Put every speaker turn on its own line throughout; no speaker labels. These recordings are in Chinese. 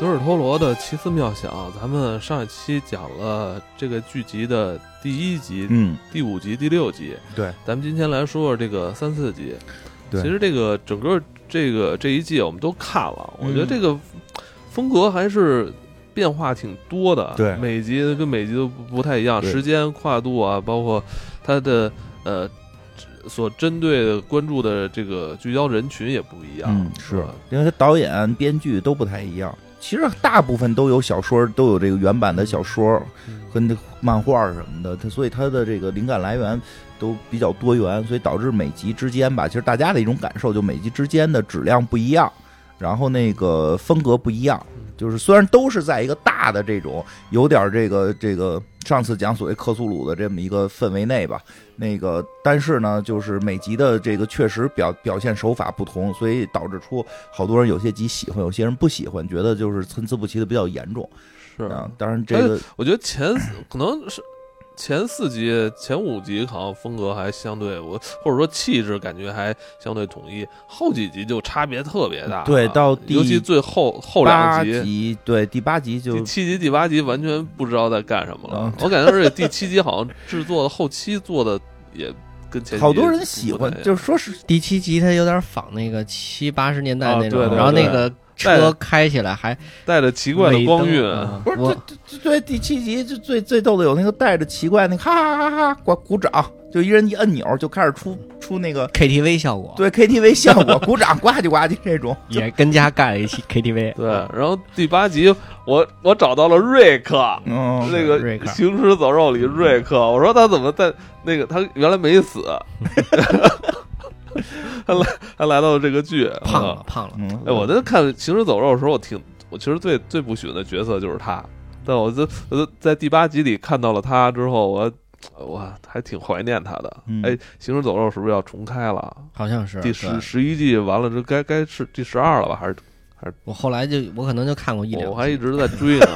德尔托罗的《奇思妙想》，咱们上一期讲了这个剧集的第一集、
嗯，
第五集、第六集，
对，
咱们今天来说说这个三四集。
对
其实这个整个这个这一季我们都看了，我觉得
嗯
这个风格还是变化挺多的。
对
每集跟每集都不不太一样，
对
时间跨度啊，包括它的呃所针对的关注的这个聚焦人群也不一样。
嗯是
吧
因为他导演、编剧都不太一样。其实大部分都有小说，都有这个原版的小说和那漫画什么的，他所以他的这个灵感来源都比较多元，所以导致每集之间吧，其实大家的一种感受就每集之间的质量不一样，然后那个风格不一样，就是虽然都是在一个大的这种有点这个这个上次讲所谓克苏鲁的这么一个氛围内吧，那个但是呢，就是每集的这个确实表表现手法不同，所以导致出好多人有些集喜欢，有些人不喜欢，觉得就是参差不齐的比较严重
是
啊。当然这个
我觉得前四可能是前四集、前五集好像风格还相对我，或者说气质感觉还相对统一，后几集就差别特别大了。
对到第
啊尤其最后后
八
两集。
集对第八集就
第七集、第八集完全不知道在干什么了
嗯，
我感觉而且第七集好像制作的后期做的也跟前几集
好多人喜欢
不太，一样
就是 说是
第七集它有点仿那个七八十年代那种，
啊对对
然后
对
那个
带
车
着
开起来还
带着奇怪的光
尾
晕，
灯啊
不是
我
这这对第七集就最最逗的有那个带着奇怪那个哈哈哈哈鼓鼓掌，就一人一按钮就开始出出那个
KTV 效果，
哦
对 KTV 效果鼓掌呱唧呱唧这种，
也跟家盖了一期 KTV，
对。然后第八集我我找到了瑞克，
嗯，
那个
瑞克
《行尸走肉》里瑞克，我说他怎么在那个他原来没死，他来他来到了这个剧
胖
啊
了胖了，
嗯
哎，我在看《行尸走肉》的时候，我挺我其实最最不喜欢的角色就是他，但我就我就在第八集里看到了他之后，我我还挺怀念他的。
嗯
哎，《行尸走肉》是不是要重开了？
好像是
第
对
十十一季完了之后，该该是第十二了吧？还是
我后来就我可能就看过一两
我
集，
还一直在追呢？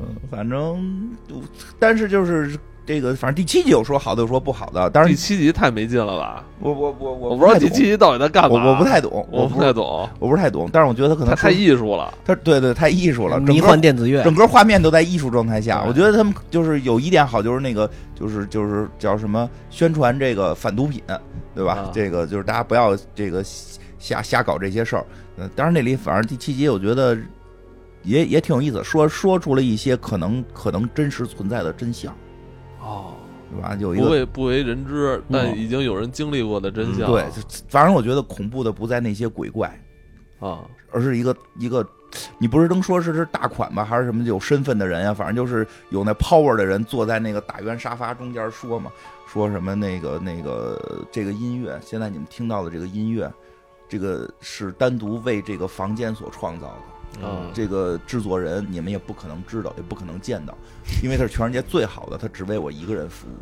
嗯反正，但是就是这个，反正第七集有说好的，有说不好的。当
第
然，
七集太没劲了吧？
我我我我
我不知道
太
第
懂
七集到底在干嘛，
我我不太懂，
我
不
不太，懂，
我不是太懂。但是我觉得他可
他
能
太
是
艺术了。
他对对太艺术了，整
迷
个
幻电子乐，
整个画面都在艺术状态下。
对
我觉得他们就是有一点好，就是那个就是就是叫什么宣传这个反毒品，对吧
啊？
这个就是大家不要这个瞎瞎搞这些事儿。嗯，当然那里反正第七集我觉得也也挺有意思，说说出了一些可能可能真实存在的真相，
哦，
对吧？有一
不
个
为不为人知，但
嗯
已经有人经历过的真相。
对，就反正我觉得恐怖的不在那些鬼怪，
啊，
而是一个一个，你不是能说是是大款吧，还是什么有身份的人呀、反正就是有那 power 的人坐在那个大圆沙发中间说嘛，说什么那个那个这个音乐，现在你们听到的这个音乐，这个是单独为这个房间所创造的。
嗯
这个制作人你们也不可能知道，也不可能见到，因为他是全世界最好的，他只为我一个人服务。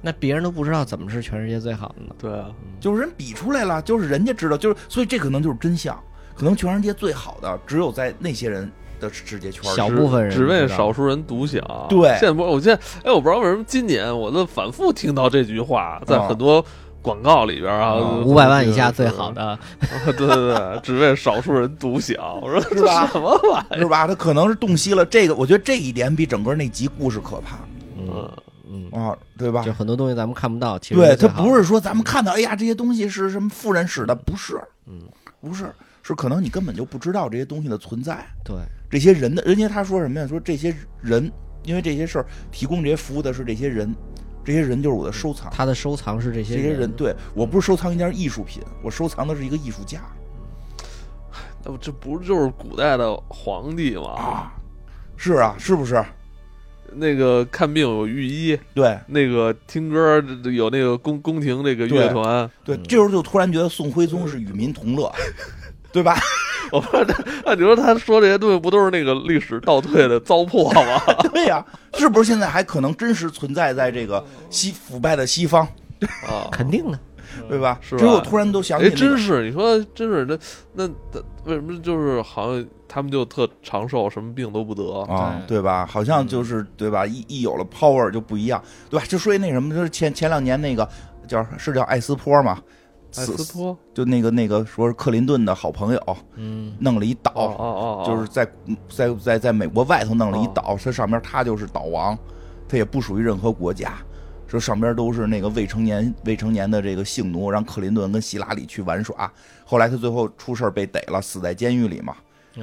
那别人都不知道怎么是全世界最好的呢。
对啊，
就是人比出来了，就是人家知道，就是所以这可能就是真相，可能全世界最好的只有在那些人的世界圈里。
小部分人
只为
知道
少数人独享。
对
现在不，我现在哎，我不知道为什么今年我都反复听到这句话，在
啊
很多广告里边啊，
啊
哦五百万以下最好
的，
的，
对对对，只为少数人独享。我说
是吧
这什么玩意
是吧？他可能是洞悉了这个，我觉得这一点比整个那集故事可怕
嗯
儿？
嗯，
啊，对吧
就？很多东西咱们看不到，其实
对他
最好的
不是说咱们看到，哎呀，这些东西是什么富人使的，不是，
嗯
不是，是可能你根本就不知道这些东西的存在，
对，
这些人的，人家他说什么呀？说这些人，因为这些事儿提供这些服务的是这些人，这些人就是我的收藏。
他的收藏是这些啊
这些人，对我不是收藏一件艺术品，我收藏的是一个艺术家
儿？这不就是古代的皇帝吗？
啊，是啊，是不是？
那个看病有御医，
对
那个听歌有那个宫宫廷那个乐
对
团。
对，这时候就突然觉得宋徽宗是与民同乐，对吧？
我不知道他，那你说他说这些东西不都是那个历史倒退的糟粕 吗？
对呀、是不是现在还可能真实存在在这个西腐败的西方，
啊，
肯定的，
对吧？
是吧
只有突然都想起、
哎，
那个，
真是，你说真是，那那那为什么就是好像他们就特长寿，什么病都不得？
啊，
对
对吧？好像
嗯
就是对吧？一一有了 power 就不一样，对吧？就说那什么，就是前前两年那个叫是叫艾斯坡嘛，
艾
死
斯托，
就那个那个说是克林顿的好朋友
嗯，
弄了一岛，
哦哦哦，哦
就是在在在在美国外头弄了一岛，它上面他就是岛王，他也不属于任何国家，这上边都是那个未成年未成年的这个性奴，让克林顿跟希拉里去玩耍。后来他最后出事儿被逮了，死在监狱里嘛。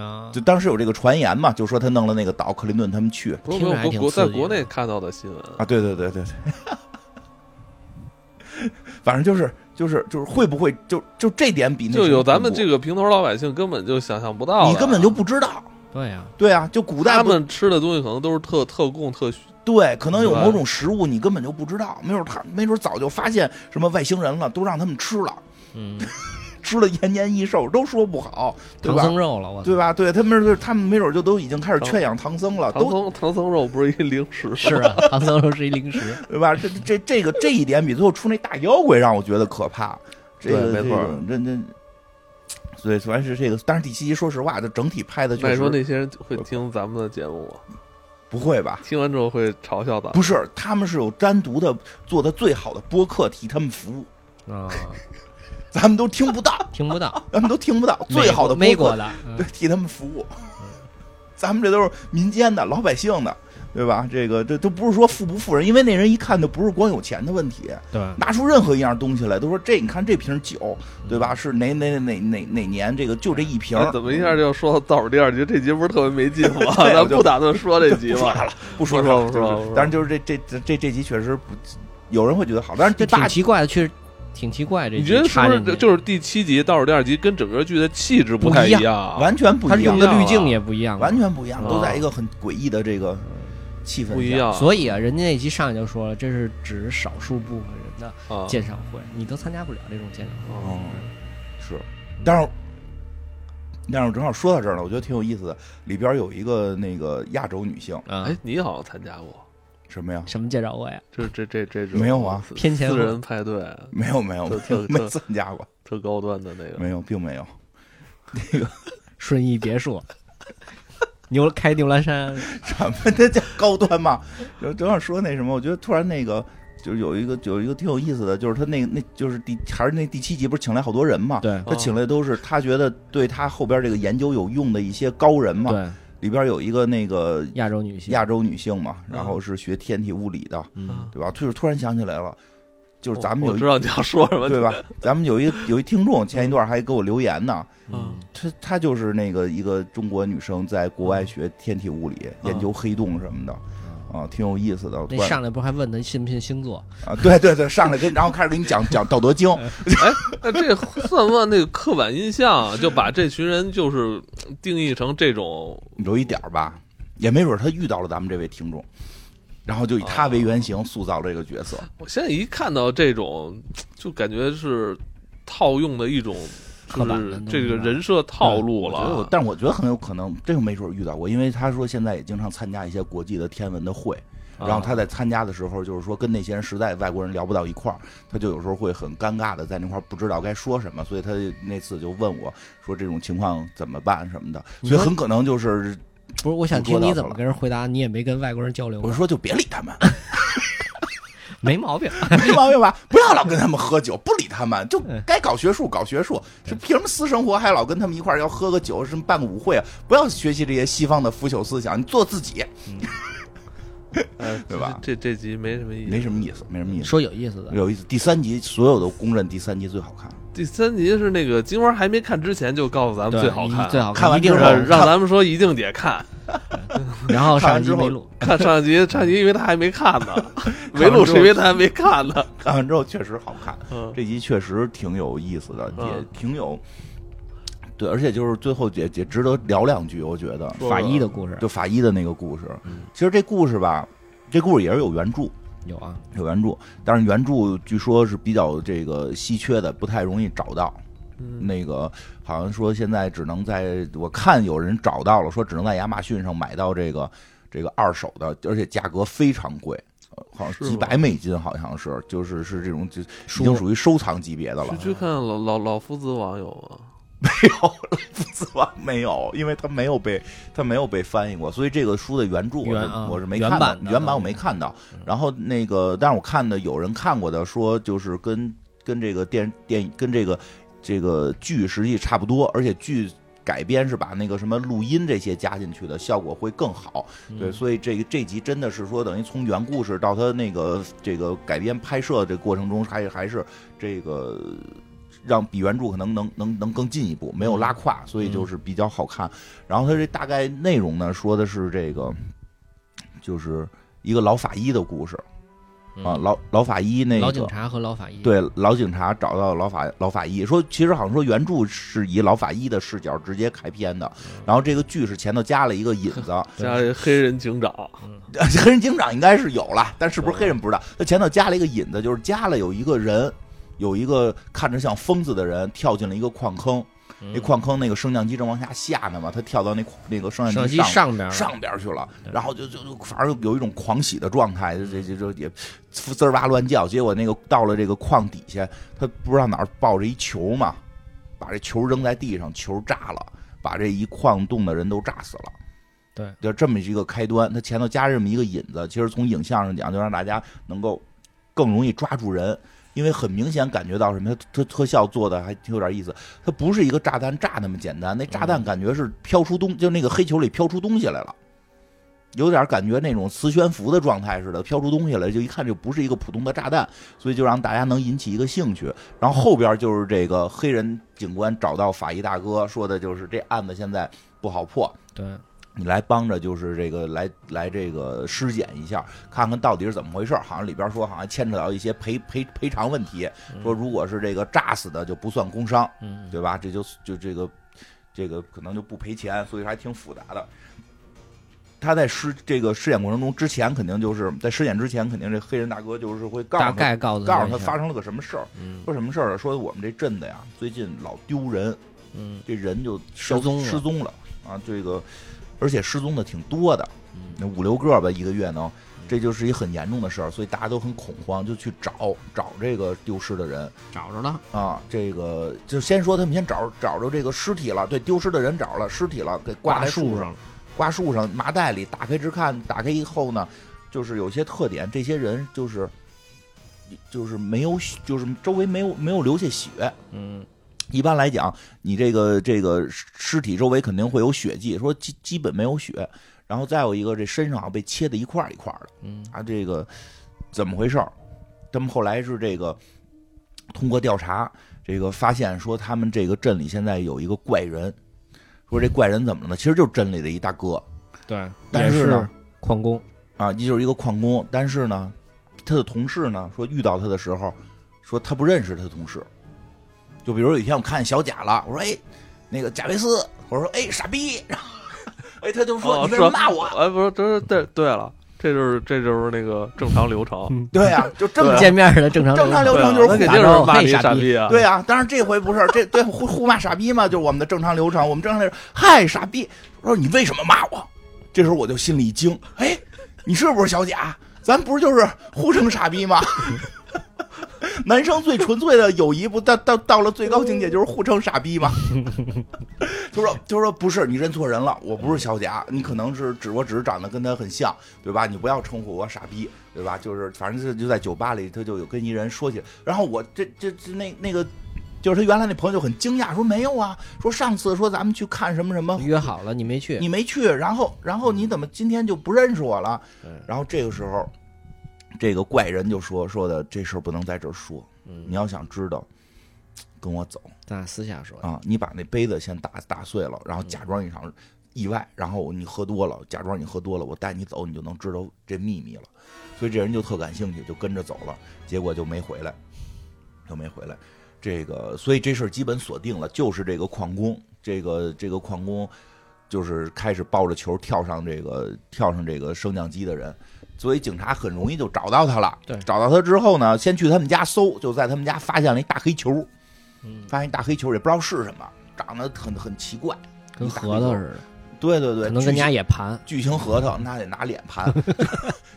啊，
就当时有这个传言嘛，就说他弄了那个岛，克林顿他们去
不是
听
不
着
是
还
国
挺
国
刺
在
激
国
的
内看到的新闻
啊。对对对对 对，反正就是就是就是会不会就就这点比那
就
什么
有咱们
恐怖
这个平头老百姓根本就想象不到的，
你根本就不知道。
对呀，
对啊，就古代
他
不
们吃的东西可能都是特特供特需，
对，可能有
对
某种食物你根本就不知道，没准他没准早就发现什么外星人了，都让他们吃了，
嗯，
吃了延年益寿都说不好，对
唐
吧？
僧肉了，我操
对吧？对他们是他们没准就都已经开始圈养唐僧了，
唐
啊都
僧唐僧肉不是一零食吗，
是啊，唐僧肉是一零食，
对吧？这这这个这一点比最后出那大妖怪让我觉得可怕。这个
对没错，
这个这这，所以算是这个。但是第七集说实话，这整体拍的
那
确
你说
实
那些人会听咱们的节目吗？
不会吧？
听完之后会嘲笑咱们？
不是，他们是有单独的做的最好的播客替他们服务，
啊，
咱们都听不到，
听不到，
咱们都听不到最好的播
美
客
国的，嗯
对，替他们服务。咱们这都是民间的老百姓的，对吧？这个这都不是说富不富人，因为那人一看就不是光有钱的问题，
对，
拿出任何一样东西来都说这，你看这瓶酒，对吧？是哪哪哪哪哪年这个就这一瓶，
哎啊那怎么一下就说到倒数第二集？这集不是特别没 劲吗？
对
咱
我就
不打算说这集吧？
不说
不
它
说
了，
不
就
说
是
不说
但是就是这这这这这集确实不，有人会觉得好，但是这
这
大
挺奇怪的，确实挺奇怪，这
你觉得是
插
不
进
是
去
就是第七集倒数第二集跟整个剧的气质不太
不一
一样？
完全不
它
一
用
样
不，
的滤镜也不一样，
完全不一样，
啊
都在一个很诡异的这个气氛下
不一。样，
所以啊，人家那集上来就说了，这是指少数部分人的
啊
鉴赏会，你都参加不了这种鉴赏会。
哦，是，但是但是我正好说到这儿了，我觉得挺有意思的。里边有一个那个亚洲女性，
啊
哎，，你好像参加过，
什么呀？
什么介绍啊我呀？
这这这这种
没有啊
私
偏前
私
后
人派对，
没有没有
特
没
特
有没
特
参加过，
特高端的那个。
没有，并没有。
顺义别墅， 牛开牛栏山，
什么那叫高端嘛？ 就正好说那什么，我觉得突然那个。就是有一个有一个挺有意思的，就是他那那就是第还是那第七集不是请来好多人嘛？
对
他请来都是他觉得对他后边这个研究有用的一些高人嘛。
对，
里边有一个那个
亚洲女性，
亚洲女性嘛，然
嗯
后是学天体物理的，
嗯，
对吧？就是突然想起来了，就是咱们
我
有
我
一
知道你要说什么，
对吧？咱们有一有一听众前一段还给我留言呢，
嗯
她她就是那个一个中国女生在国外学天体物理，
嗯
研究黑洞什么的。啊，挺有意思的。突
嗯那
然
上来不是还问他信不信星座？
啊，对对对，上来跟然后开始给你讲讲《道德经》，
嗯 哎那这算不算那个刻板印象啊？就把这群人就是定义成这种
有一点儿吧，也没准他遇到了咱们这位听众，然后就以他
哦
为原型塑造了这个角色。
我现在一看到这种，就感觉是套用的一种，
刻
就
板的
是
东西
这个
吧
人设套路
我觉得我
了，。
但我觉得很有可能，这个没准遇到过，因为他说现在也经常参加一些国际的天文的会，
啊
然
啊
后他在参加的时候，就是说跟那些人实在外国人聊不到一块儿，他就有时候会很尴尬的在那块儿不知道该说什么，所以他那次就问我说这种情况怎么办什么的，
你
所
说
以很可能就是
不是，我想
捕捉
听
到
你
他
怎么
了
跟人回答，你也没跟外国人交流
我
过，
说就别理他们，
没毛病。
没毛病吧？不要老跟他们喝酒，不理他们，就
嗯
该搞学术搞学术，是凭什么私生活还老跟他们一块儿要喝个酒，什么办个舞会啊？不要学习这些西方的腐朽思想，你做自己，
嗯 呃
哎
对吧
这这这集没什么意
没
思。
什么意思，没什么意思。
说有意思的，
有意思，第三集所有都公认第三集最好看，
第三集是那个金花还没看之前就告诉咱们
对
最好看，
最好
看完
一定
之后
是
让让咱们说一定得 看。
然后
看
上
完
一集
之后
没录，
看上一集，上一集因为他还没看 呢，
完
没录是
之后
因为他还没看呢。
看完之后确实好看，
嗯，
这集确实挺有意思的，
嗯
也挺有，对，而且就是最后也也值得聊两句，我觉得，
说
法
吧
医的故事
就法医的那个故事
嗯，
其实这故事吧，这故事也是有原著，
有啊，
有原著，但是原著据说是比较这个稀缺的，不太容易找到。
嗯
那个好像说现在只能在我看有人找到了，说只能在亚马逊上买到这个这个二手的，而且价格非常贵，呃好像
是
是
吗
几百美金，好像是就是是这种就已
书
经属于收藏级别的了
去。 去看老老老夫子网有吗？
没有了，不死亡没有，因为它没有被它没有被翻译过，所以这个书的原著我
原
是
啊
我是没
原
看到
版的嗯
原版我没看到。然后那个，但是我看的有人看过的说，就是跟跟这个电电跟这个这个剧实际差不多，而且剧改编是把那个什么录音这些加进去的，效果会更好。
嗯
对，所以这个这集真的是说，等于从原故事到他那个这个改编拍摄这过程中，还还是这个让比原著可能能能能更进一步，
嗯
没有拉胯，所以就是比较好看。然后他这大概内容呢，说的是这个就是一个老法医的故事啊，老老法医那
嗯老警
个。
察和老法医，，
对，老警察找到老法老法医，说其实好像说原著是以老法医的视角直接开篇的，然后这个剧是前头加了一个引 子，
加一黑人警长，
黑人警长应该是有了，但是不是黑人不知道。他前头加了一个引子，就是加了有一个人，有一个看着像疯子的人跳进了一个矿坑，
嗯
那矿坑那个升降机正往下下呢嘛，他跳到那那个升
摄像
降机
机
上
上边儿
上边儿去了，然后就就就反正有一种狂喜的状态，
嗯
这这这也滋儿哇乱叫。结果那个到了这个矿底下，他不知道哪儿抱着一球嘛，把这球扔在地上，球炸了，把这一矿洞的人都炸死了。
对，
就这么一个开端。他前头加这么一个引子，其实从影像上讲，就让大家能够更容易抓住人。因为很明显感觉到什么，他特特效做的还挺有点意思。它不是一个炸弹炸那么简单，那炸弹感觉是飘出东，就那个黑球里飘出东西来了，有点感觉那种磁悬浮的状态似的，飘出东西来，就一看就不是一个普通的炸弹，所以就让大家能引起一个兴趣。然后后边就是这个黑人警官找到法医大哥，说的就是这案子现在不好破，
对，
你来帮着，就是这个来来这个尸检一下，看看到底是怎么回事儿。好像里边说好像牵扯到一些赔赔赔偿问题，说如果是这个炸死的就不算工伤，
嗯，
对吧？这就就这个这个可能就不赔钱，所以还挺复杂的。他在尸这个尸检过程中之前，肯定就是在尸检之前，肯定这黑人大哥就是会告诉
大
他
概告诉
告诉
一
他
下
发，生了个什么事儿，
嗯
说什么事儿啊？说我们这镇子呀，最近老丢人，
嗯
这人就
失踪了
失踪了啊！这个，而且失踪的挺多的，
嗯
那五六个吧，一个月
嗯
能，这就是一很严重的事儿，所以大家都很恐慌，就去找找这个丢失的人
找着了，
啊。这个就先说他们先找找着这个尸体了，对，丢失的人找了，尸体了，给挂在
树
上，
上了，
挂树上麻袋里，打开之看，打开以后呢，就是有些特点，这些人就是就是没有，就是周围没有没有流下血，
嗯，
一般来讲，你这个这个尸尸体周围肯定会有血迹，说基基本没有血，然后再有一个这身上好像被切的一块儿一块儿的，
嗯，
啊，这个怎么回事儿？他们后来是这个通过调查，这个发现说他们这个镇里现在有一个怪人，说这怪人怎么了呢？其实就是镇里的一大哥
对，
但
也
是呢
是矿工，
啊，也就是一个矿工，但是呢，他的同事呢说遇到他的时候，说他不认识他的同事，就比如有一天我看见小贾了，我说哎，那个贾维斯，我说哎傻逼，然后哎他就 说、
哦
你为什么
说
骂我？啊
哎，不是，这是对对了，这就是这就是那个正常流程，
对呀、就这么
见面儿的正常
正常流
对啊
程就是
那
互
肯
打
定
闹
是骂
嘿
你
傻
傻
逼
逼啊，
对啊，当然这回不是这对互互骂傻逼嘛，就是我们的正常流程。我们正常流程，嗨，傻逼！我说你为什么骂我？这时候我就心里一惊，哎，你是不是小贾？咱不是就是互称傻逼吗？ 男生最纯粹的友谊，不到到到了最高境界就是互称傻逼吗？就说就说不是，你认错人了，我不是小贾，你可能是只我只是长得跟他很像，对吧？你不要称呼我傻逼，对吧？就是反正就就在酒吧里，他就有跟一人说起，然后我这这这那那个。就是他原来那朋友就很惊讶，说没有啊，说上次说咱们去看什么什么，
约好了你没去，
你没去，然后然后你怎么今天就不认识我了
对？
然后这个时候，这个怪人就说说的这事儿不能在这儿说，
嗯
你要想知道，跟我走
咱俩私下说，
啊！你把那杯子先打打碎了，然后假装一场意外，然后你喝多了，假装你喝多了，我带你走，你就能知道这秘密了。所以这人就特感兴趣，就跟着走了，结果就没回来，就没回来。这个，所以这事儿基本锁定了，就是这个矿工，这个这个矿工就是开始抱着球跳上这个跳上这个升降机的人，所以警察很容易就找到他了。
对
找到他之后呢，先去他们家搜，就在他们家发现了一大黑球，
嗯，
发现一大黑球也不知道是什么，长得很很奇怪。
跟核桃似的，
对对对，
可能跟人
巨
家也盘，
巨型核桃，那得拿脸盘。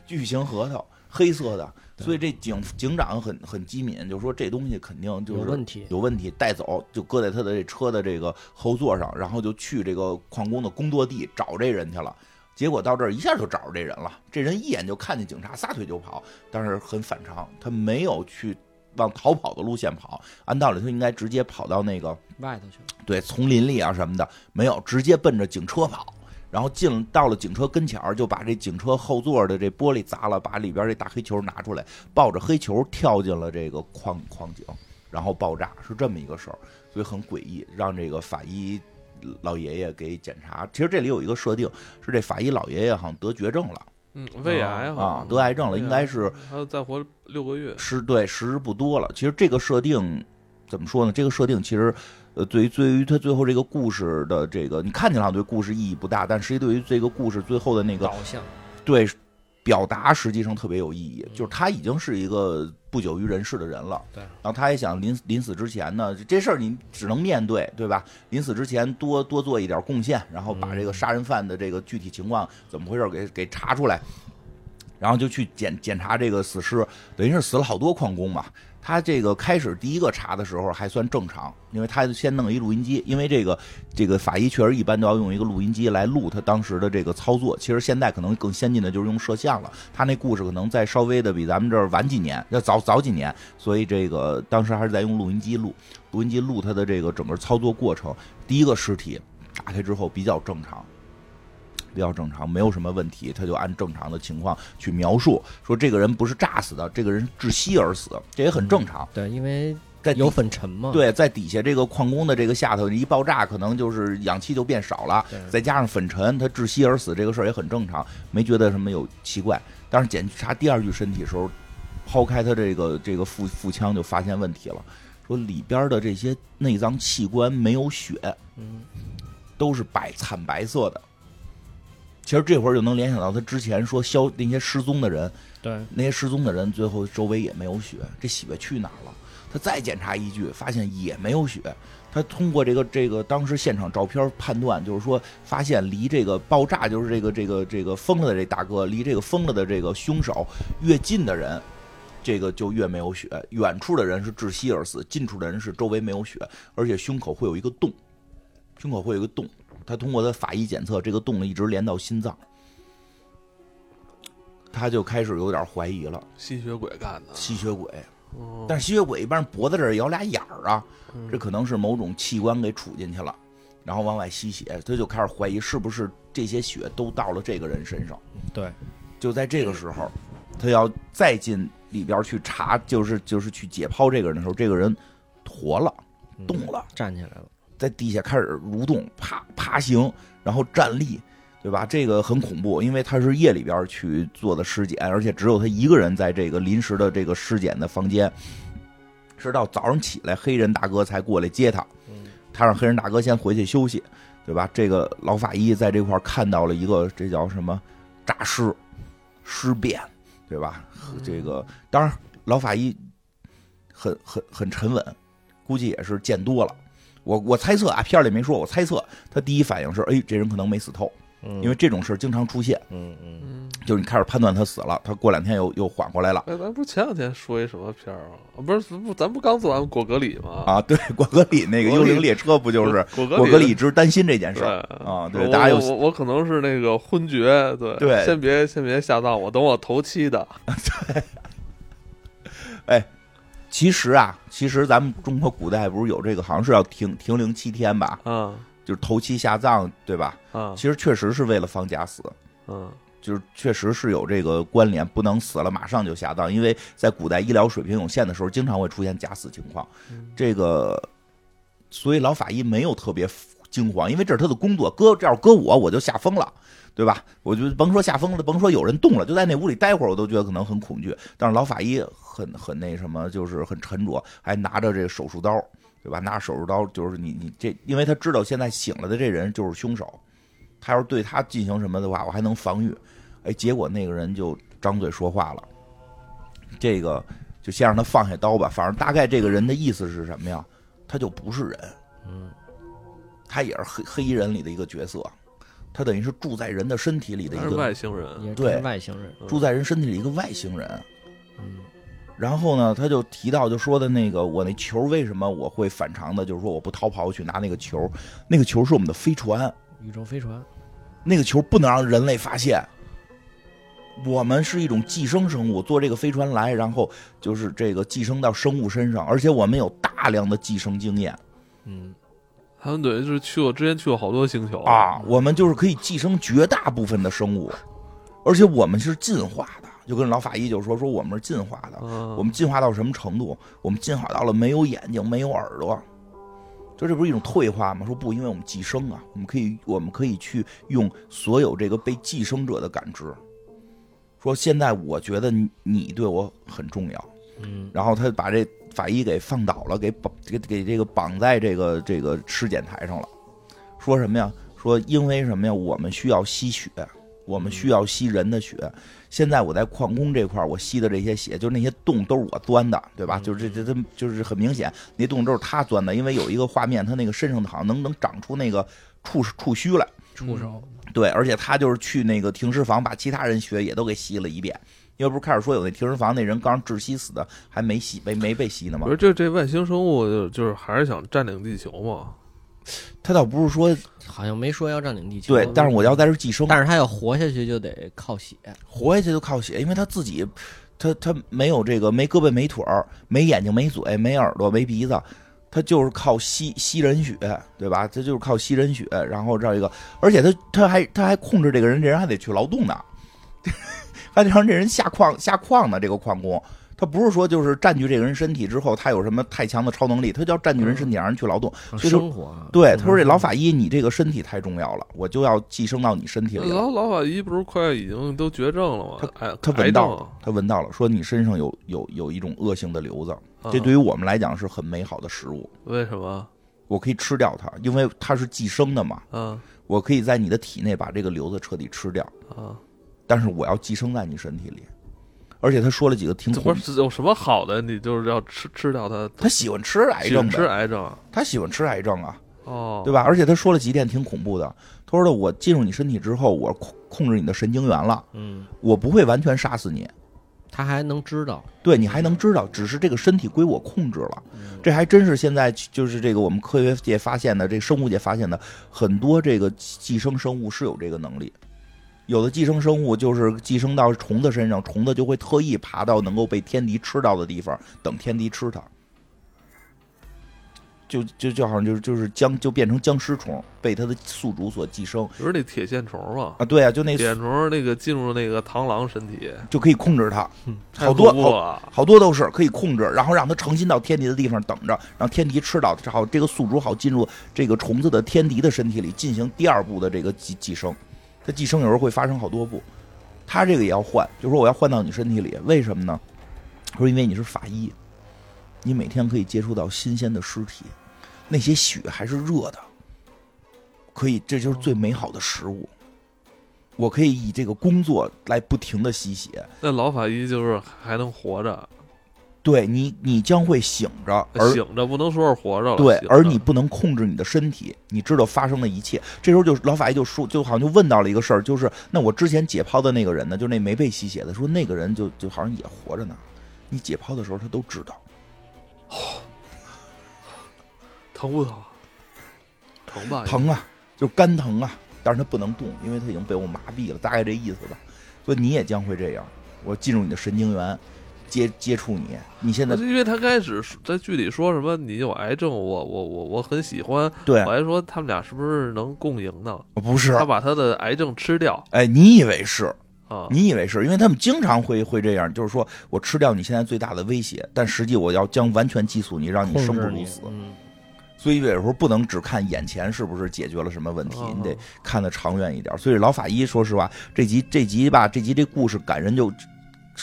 巨型核桃，黑色的，
对
所以这警警长很很机敏，就说这东西肯定就
有
是
问题，
有问题，带走就搁在他的这车的这个后座上，然后就去这个矿工的工作地找这人去了。结果到这儿一下就找着这人了，这人一眼就看见警察，撒腿就跑。但是很反常，他没有去往逃跑的路线跑，按道理他应该直接跑到那个
外头去了。
对丛林里啊什么的，没有，直接奔着警车跑。然后进到了警车跟前儿，就把这警车后座的这玻璃砸了，把里边这大黑球拿出来，抱着黑球跳进了这个矿矿井，然后爆炸，是这么一个事儿，所以很诡异，让这个法医老爷爷给检查。其实这里有一个设定，是这法医老爷爷好像得绝症了
嗯，胃癌好
啊
像，
得癌症了，应该是
还要再活六个月。
是对时日不多了。其实这个设定怎么说呢？这个设定其实，呃，对于对于他最后这个故事的这个，你看起来好像对故事意义不大，但实际对于这个故事最后的那个
导向
对表达实际上特别有意义
嗯，
就是他已经是一个不久于人世的人了。
对
然后他也想临临死之前呢，这这事儿你只能面对，对吧？临死之前多多做一点贡献，然后把
嗯
这个杀人犯的这个具体情况怎么回事儿给给查出来，然后就去检检查这个死尸，等于是死了好多矿工嘛。他这个开始第一个查的时候还算正常，因为他先弄一录音机，因为这个这个法医确实一般都要用一个录音机来录他当时的这个操作。其实现在可能更先进的就是用摄像了，他那故事可能再稍微的比咱们这儿晚几年，要早早几年，所以这个当时还是在用录音机录，录音机录他的这个整个操作过程。第一个尸体打开之后比较正常。比较正常，没有什么问题，他就按正常的情况去描述，说这个人不是炸死的，这个人是窒息而死，这也很正常。
对，因为
在底
有粉尘嘛。
对，在底下这个矿工的这个下头一爆炸，可能就是氧气就变少了，
对
再加上粉尘，他窒息而死这个事儿也很正常，没觉得什么有奇怪。但是检查第二具身体时候，抛开他这个这个腹腹腔就发现问题了，说里边的这些内脏器官没有血，
嗯，
都是白惨白色的。其实这会儿就能联想到他之前说消那些失踪的人，
对，
那些失踪的人最后周围也没有血，这血去哪儿了？他再检查一具，发现也没有血。他通过这个这个当时现场照片判断，就是说发现离这个爆炸，就是这个这个这个疯了的这大哥，离这个疯了的这个凶手越近的人，这个就越没有血；远处的人是窒息而死，近处的人是周围没有血，而且胸口会有一个洞，胸口会有一个洞。他通过他法医检测，这个洞一直连到心脏，他就开始有点怀疑了。
吸血鬼干的，
吸血鬼，
哦
但是吸血鬼一般脖子这儿有俩眼儿啊，
嗯
这可能是某种器官给杵进去了，然后往外吸血，他就开始怀疑是不是这些血都到了这个人身上。
对，
就在这个时候，他要再进里边去查，就是就是去解剖这个人的时候，这个人活了，
嗯
动了，
站起来了。
在地下开始蠕动，啪爬行，然后站立，对吧？这个很恐怖，因为他是夜里边去做的尸检，而且只有他一个人在这个临时的这个尸检的房间，直到早上起来，黑人大哥才过来接他。
嗯，
他让黑人大哥先回去休息，对吧？这个老法医在这块儿看到了一个这叫什么诈尸、尸变，对吧？
嗯
这个当然，老法医很很很沉稳，估计也是见多了。我我猜测啊，片儿里没说，我猜测他第一反应是，哎，这人可能没死透，
嗯
因为这种事儿经常出现，
嗯嗯，
嗯，
就是你开始判断他死了，他过两天又又缓过来了。
哎，咱不是前两天说一什么片儿吗？啊不是，不，咱不刚做完果戈里吗？
啊，对， 果戈里那个
果
幽
戈里
灵列车不就是
果
果戈
戈
里一直担心这件事
嗯对嗯
儿啊？
我
对，大家有
我我可能是那个昏厥，对
对
先别先别下葬我，等我头七的，
其实啊，其实咱们中国古代不是有这个，好像是要停停灵七天吧，
嗯
就是头七下葬，对吧？
嗯
其实确实是为了防假死，
嗯，
就是确实是有这个关联，不能死了马上就下葬，因为在古代医疗水平有限的时候，经常会出现假死情况。
嗯
这个，所以老法医没有特别惊慌，因为这是他的工作。搁这要搁我，我就吓疯了，对吧？我就甭说吓疯了，甭说有人动了，就在那屋里待会儿，我都觉得可能很恐惧。但是老法医很很那什么，就是很沉着，还拿着这个手术刀，对吧？拿着手术刀，就是你你这，因为他知道现在醒了的这人就是凶手，他要是对他进行什么的话，我还能防御。哎，结果那个人就张嘴说话了，这个就先让他放下刀吧。反正大概这个人的意思是什么呀？他就不是人，
嗯，
他也是黑黑衣人里的一个角色，他等于是住在人的身体里的
他
一
是
个
外星人，
也
对
是外星人。
住在人身体里一个外星人。
嗯，
然后呢，他就提到就说的那个我那球为什么我会反常的，就是说我不逃跑，我去拿那个球，那个球是我们的飞船，
宇宙飞船。
那个球不能让人类发现。我们是一种寄生生物，坐这个飞船来，然后就是这个寄生到生物身上，而且我们有大量的寄生经验
嗯，他们等于是去过之前去过好多星球
啊，我们就是可以寄生绝大部分的生物，而且啊我们是进化的，就跟老法医就说说我们是进化的，
嗯，
我们进化到什么程度？我们进化到了没有眼睛、没有耳朵，就这不是一种退化吗？说不，因为我们寄生啊，我们可以，我们可以去用所有这个被寄生者的感知。说现在我觉得你你对我很重要，
嗯，
然后他把这法医给放倒了，给绑给给这个绑在这个这个尸检台上了。说什么呀？说因为什么呀？我们需要吸血，我们需要吸人的血。现在我在矿工这块儿，我吸的这些血，就是那些洞都是我钻的，对吧？就是这这这就是很明显，那洞都是他钻的，因为有一个画面，他那个身上好像能能长出那个触触须来。
出手，
对，而且他就是去那个停尸房把其他人血也都给吸了一遍。要不是开始说有那停尸房那人刚窒息死的，还没吸没没被吸呢吗
不？是这这外星生物就就是还是想占领地球嘛？
他倒不是说
好像没说要占领地球。
对，但是我要在这儿寄生，
但是他要活下去就得靠血，
活下去就靠血，因为他自己他他没有这个没胳膊没腿儿，没眼睛没嘴没耳朵没鼻子，他就是靠吸吸人血，对吧？他就是靠吸人血，然后这一个，而且他他还他还控制这个人，这人还得去劳动呢， 还得让这人下矿下矿呢。这个矿工，他不是说就是占据这个人身体之后，他有什么太强的超能力，他就要占据人身体让人去劳动。所以说
生活啊。
对，他说这老法医，你这个身体太重要了，我就要寄生到你身体里了。
老老法医不是快已经都绝症了吗？哎癌
他
癌
闻
症
到了，他闻到了，说你身上有有有一种恶性的瘤子，
啊
这对于我们来讲是很美好的食物，
为什么？
我可以吃掉它，因为它是寄生的嘛，
嗯
我可以在你的体内把这个瘤子彻底吃掉，
啊，
嗯但是我要寄生在你身体里。而且他说了几个挺
这不
恐，
是有什么好的？你就是要吃吃掉它，
他喜欢吃癌
喜欢
症
吃
的，
癌症啊
他喜欢吃癌症啊，
哦，
对吧？而且他说了几点挺恐怖的，他说的我进入你身体之后，我控控制你的神经元了，
嗯，
我不会完全杀死你，
他还能知道，
对你还能知道，只是这个身体归我控制了。这还真是现在就是这个我们科学界发现的，这生物界发现的很多这个寄生生物是有这个能力。有的寄生生物就是寄生到虫子身上，虫子就会特意爬到能够被天敌吃到的地方，等天敌吃它。就就就好像就是就是僵就变成僵尸虫，被它的宿主所寄生
不是那铁线虫嘛？
啊！对啊，就那
铁线虫那个进入那个螳螂身体，
就可以控制它。
太
好多
恐怖了。
好多都是可以控制，然后让它成心到天敌的地方等着，让天敌吃到，好这个宿主好进入这个虫子的天敌的身体里进行第二步的这个寄寄生。它寄生有时候会发生好多步，它这个也要换，就说我要换到你身体里，为什么呢？说因为你是法医，你每天可以接触到新鲜的尸体，那些血还是热的，可以，这就是最美好的食物。我可以以这个工作来不停的吸血，
那老法医就是还能活着，
对你，你将会醒着，而
醒着不能说是活着了。嗯
对，
醒着
而你不能控制你的身体，你知道发生的一切。这时候就老法医就说，就好像就问到了一个事儿，就是那我之前解剖的那个人呢，就是那没被吸血的，说那个人就就好像也活着呢。你解剖的时候他都知道，
疼不疼？疼吧，
疼啊，就是肝疼啊，但是他不能动，因为他已经被我麻痹了，大概这意思吧。所以你也将会这样，我进入你的神经元，接接触你，你现在
因为他开始说在剧里说什么你有癌症，我我我我很喜欢，
对
我还说他们俩是不是能共赢呢？
不是啊
他，把他的癌症吃掉
哎，你以为是，
啊，
你以为是因为他们经常会会这样，就是说我吃掉你现在最大的威胁，但实际我要将完全寄宿你，让你
控
生不
制
如
你
死。
嗯，
所以有时候不能只看眼前是不是解决了什么问题
嗯，
你得看得长远一点。所以老法医，说实话，这集这集吧，这集这故事感人就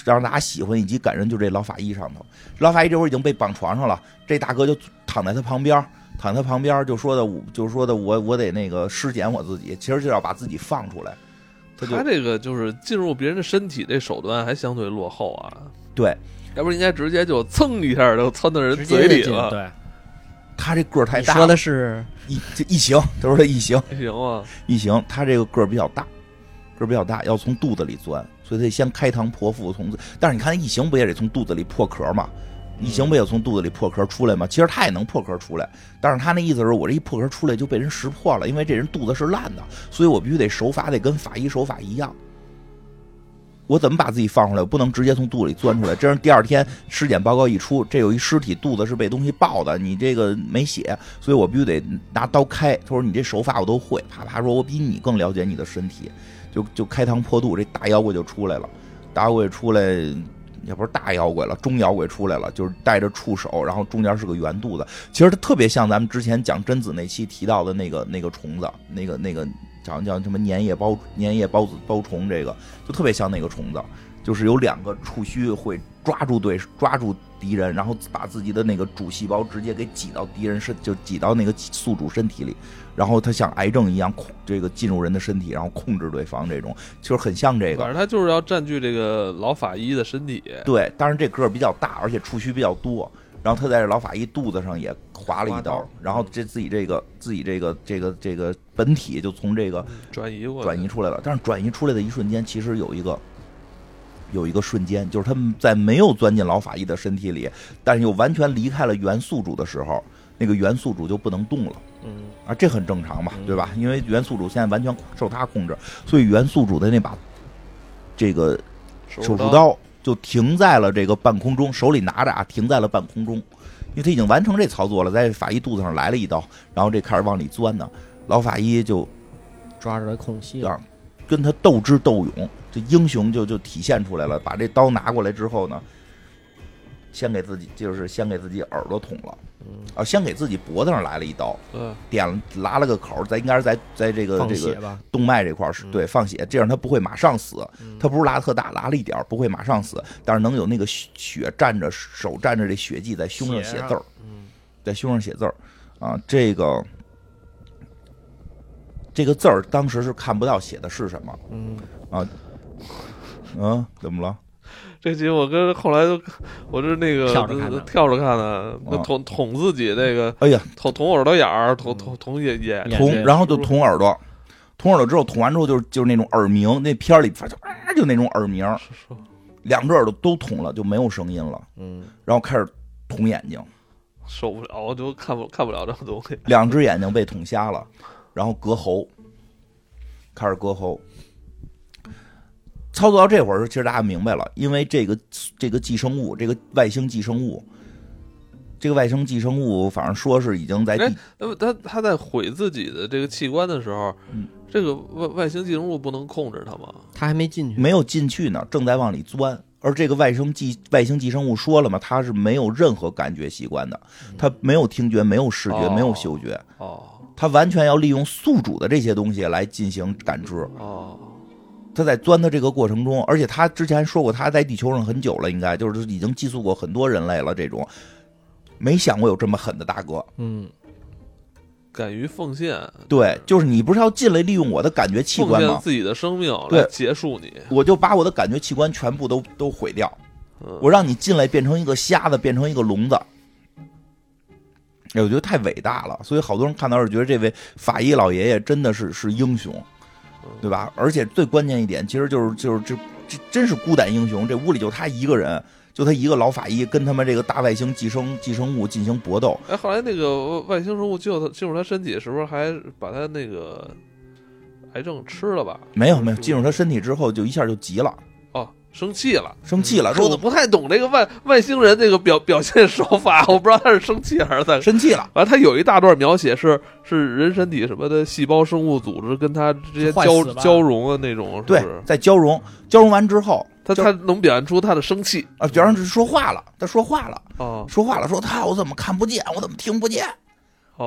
让大家喜欢，以及感人就这老法医上头。老法医这会儿已经被绑床上了，这大哥就躺在他旁边儿。躺在他旁边儿就说的，我就说的我我得那个尸检我自己，其实就要把自己放出来。他就
他这个就是进入别人的身体这手段还相对落后啊，
对，
要不然应该直接就蹭一下就窜到人
直
嘴
接
里
就进
了，
对，
他这个儿太
你
大了
说的是
异这异形，他说他异形，
行吗？
异形，他这个个儿比较大，个儿比较大，要从肚子里钻，所以得先开膛破腹从。但是你看异形不也得从肚子里破壳吗？异形不也从肚子里破壳出来吗？其实他也能破壳出来，但是他那意思是我这一破壳出来就被人识破了，因为这人肚子是烂的，所以我必须得手法得跟法医手法一样。我怎么把自己放出来？我不能直接从肚子里钻出来，这样第二天尸检报告一出，这有一尸体肚子是被东西爆的，你这个没血，所以我必须得拿刀开。他说你这手法我都会，啪啪说，我比你更了解你的身体，就就开膛破肚，这大妖怪就出来了，大妖怪出来。也不是大妖怪了，中妖怪出来了，就是带着触手，然后中间是个圆肚子。其实它特别像咱们之前讲贞子那期提到的那个那个虫子，那个那个叫叫什么粘液包粘液孢子孢虫，这个就特别像那个虫子，就是有两个触须会抓住对抓住敌人，然后把自己的那个主细胞直接给挤到敌人身，就挤到那个宿主身体里，然后它像癌症一样控这个进入人的身体，然后控制对方这种，其实很像这个
反。正他就是要占据这个老法医的身体，
对，当然这个儿比较大，而且触须比较多。然后他在这老法医肚子上也划了一
划
刀，
刀
然后这自己这个自己这个这个这个本体就从这个
转移过来
转移出来了。但是转移出来的一瞬间，其实有一个有一个瞬间，就是他们在没有钻进老法医的身体里，但是又完全离开了原宿主的时候，那个原宿主就不能动了。
嗯，
啊，这很正常嘛，
嗯
对吧？因为原宿主现在完全受他控制，所以原宿主的那把这个
手
手术
术，
刀就停在了这个半空中，手里拿着啊，停在了半空中，因为他已经完成这操作了，在法医肚子上来了一刀，然后这开始往里钻呢，老法医就
抓着空隙了，
啊跟他斗智斗勇，这英雄就就体现出来了，把这刀拿过来之后呢，先给自己就是先给自己耳朵捅了，啊，先给自己脖子上来了一刀，
对，
点了拉了个口，在应该是在在这个
放
这个
血吧，
动脉这块儿是
嗯
对放血，这样他不会马上死，他不是拉特大，拉了一点儿不会马上死，但是能有那个血血蘸着手蘸着这血迹在胸上
血
写
啊
字儿，
嗯，
在胸上写字儿啊，这个这个字儿当时是看不到写的是什么，
嗯，
嗯，怎么了？
这集我跟后来都，我是那个
跳着看的
跳着看的，那
啊
捅捅自己那个
哎呀，
捅捅耳朵眼儿，捅捅捅眼眼
眼
睛，
睛
捅，然后就捅耳朵。捅耳朵之后，捅完之后就是就是那种耳鸣，那片儿里反正就啊就那种耳鸣，两只耳朵都捅了，就没有声音了。
嗯，
然后开始捅眼睛，
受不了，我就看不看不了这种东西。
两只眼睛被捅瞎了，然后割喉，开始割喉。操作到这会儿，其实大家明白了，因为这个这个寄生物，这个外星寄生物，这个外星寄生物，反正说是已经在地
哎那么他他在毁自己的这个器官的时候，
嗯
这个外外星寄生物不能控制他吗？
他还没进去，
没有进去呢，正在往里钻。而这个外星寄外星寄生物说了嘛，它是没有任何感觉器官的，它没有听觉，没有视觉，
嗯哦
没有嗅觉，
哦
它完全要利用宿主的这些东西来进行感知。
哦，
他在钻的这个过程中，而且他之前说过，他在地球上很久了，应该就是已经寄宿过很多人类了。这种没想过有这么狠的大哥，
嗯，
敢于奉献，
对，就是你不是要进来利用我的感觉器
呃奉
官
献
吗？
自己的生命
对
来结束你。
我就把我的感觉器官全部都都毁掉，
嗯
我让你进来变成一个瞎子，变成一个聋子。哎，我觉得太伟大了，所以好多人看到是觉得这位法医老爷爷真的是是英雄，
嗯
对吧？而且最关键一点，其实就是就是这这真是孤胆英雄，这屋里就他一个人，就他一个老法医跟他们这个大外星寄生寄生物进行搏斗，
哎，后来那个外星生物进入他进入他身体，是不是还把他那个癌症吃了吧？
没有没有进入他身体之后就一下就急了，
哦，生气了。
生气了，
啊说
说
我
我
不太懂这个外外星人这个表表现手法，我不知道他是生气还是在
生气了，
完，他有一大段描写是是人身体什么的细胞生物组织跟他之间
坏
交
死吧
交融的那种，是不
对
是，
在交融，交融完之后，
他
就
他能表现出他的生气
啊，然后就说话了，他说话了。
哦
说话了，说他我怎么看不见，我怎么听不见？然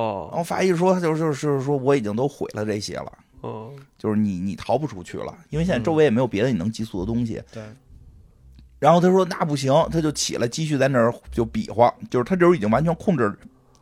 哦
后法医说，就是就是就是说我已经都毁了这些了，
哦，
就是你你逃不出去了，因为现在周围也没有别的你能寄宿的东西。
对，
然后他说那不行，他就起来继续在那儿就比划，就是他这时候已经完全控制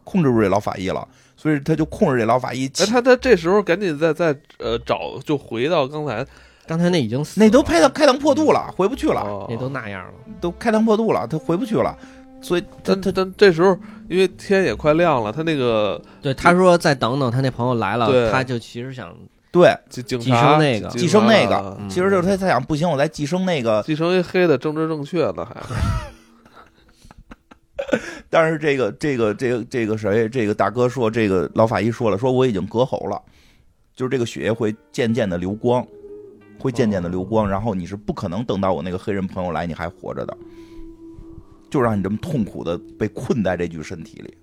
控制住这老法医了，所以他就控制这老法医起。
哎，他他这时候赶紧再再呃找，就回到刚才
刚才那已经死了，
那都开到开膛破肚了，回不去了，
哦
那都那样了，
都开膛破肚了，他回不去了，所以他
但
他
但但这时候因为天也快亮了，他那个
对，他说再等等，他那朋友来
对
了，他就其实想
对，
警警
寄
察
生那个
寄生那个
啊
嗯
其实就是他他想不行，我再寄生那个
寄生一黑的政治正确呢还。
但是这个这个这个这个谁这个大哥说，这个老法医说了，说我已经割喉了，就是这个血液会渐渐的流光，会渐渐的流光，然后你是不可能等到我那个黑人朋友来你还活着的，就让你这么痛苦的被困在这具身体里，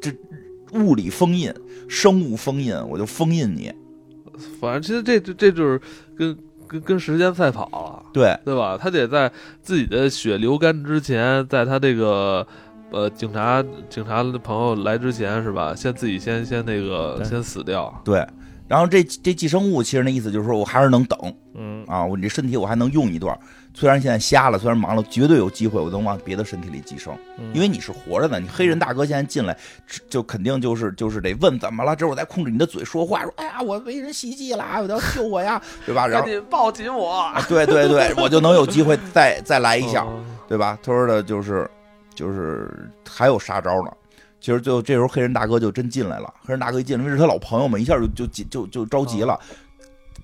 这物理封印，生物封印，我就封印你，
反正其实这这这就是跟跟跟时间赛跑了，
对
对吧？他得在自己的血流干之前，在他这个呃警察警察的朋友来之前，是吧？先自己先先那个
对
先死掉，
对。然后这这寄生物其实那意思就是说我还是能等
嗯，
啊，我这身体我还能用一段，虽然现在瞎了，虽然忙了，绝对有机会我能往别的身体里寄生。因为你是活着的，你黑人大哥现在进来，只就肯定就是就是得问怎么了，这我在控制你的嘴说话，说哎呀我被人袭击了，哎我要救我呀，对吧？然后
紧抱紧我，
啊对对对，我就能有机会再再来一下，
嗯
对吧？他说的就是就是还有杀招呢。其实最后这时候黑人大哥就真进来了，黑人大哥一进来，因为是他老朋友嘛，一下就就就就就着急了，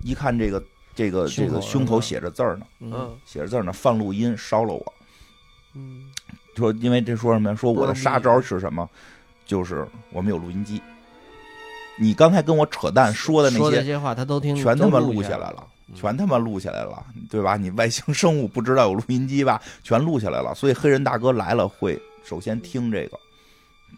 一看这个这个这个
哦
胸
胸口
口写着字儿呢，
嗯，
写着字儿呢，范录音烧了我。
嗯
说，因为这说什么呀？说我的杀招是什么？就是我们有录音机。你刚才跟我扯淡说的那
说这
些，
些话他都听，
全他妈录
下
下来了，全他妈录下来了，对吧？你外星生物不知道有录音机吧？全录下来了。所以黑人大哥来了会首先听这个，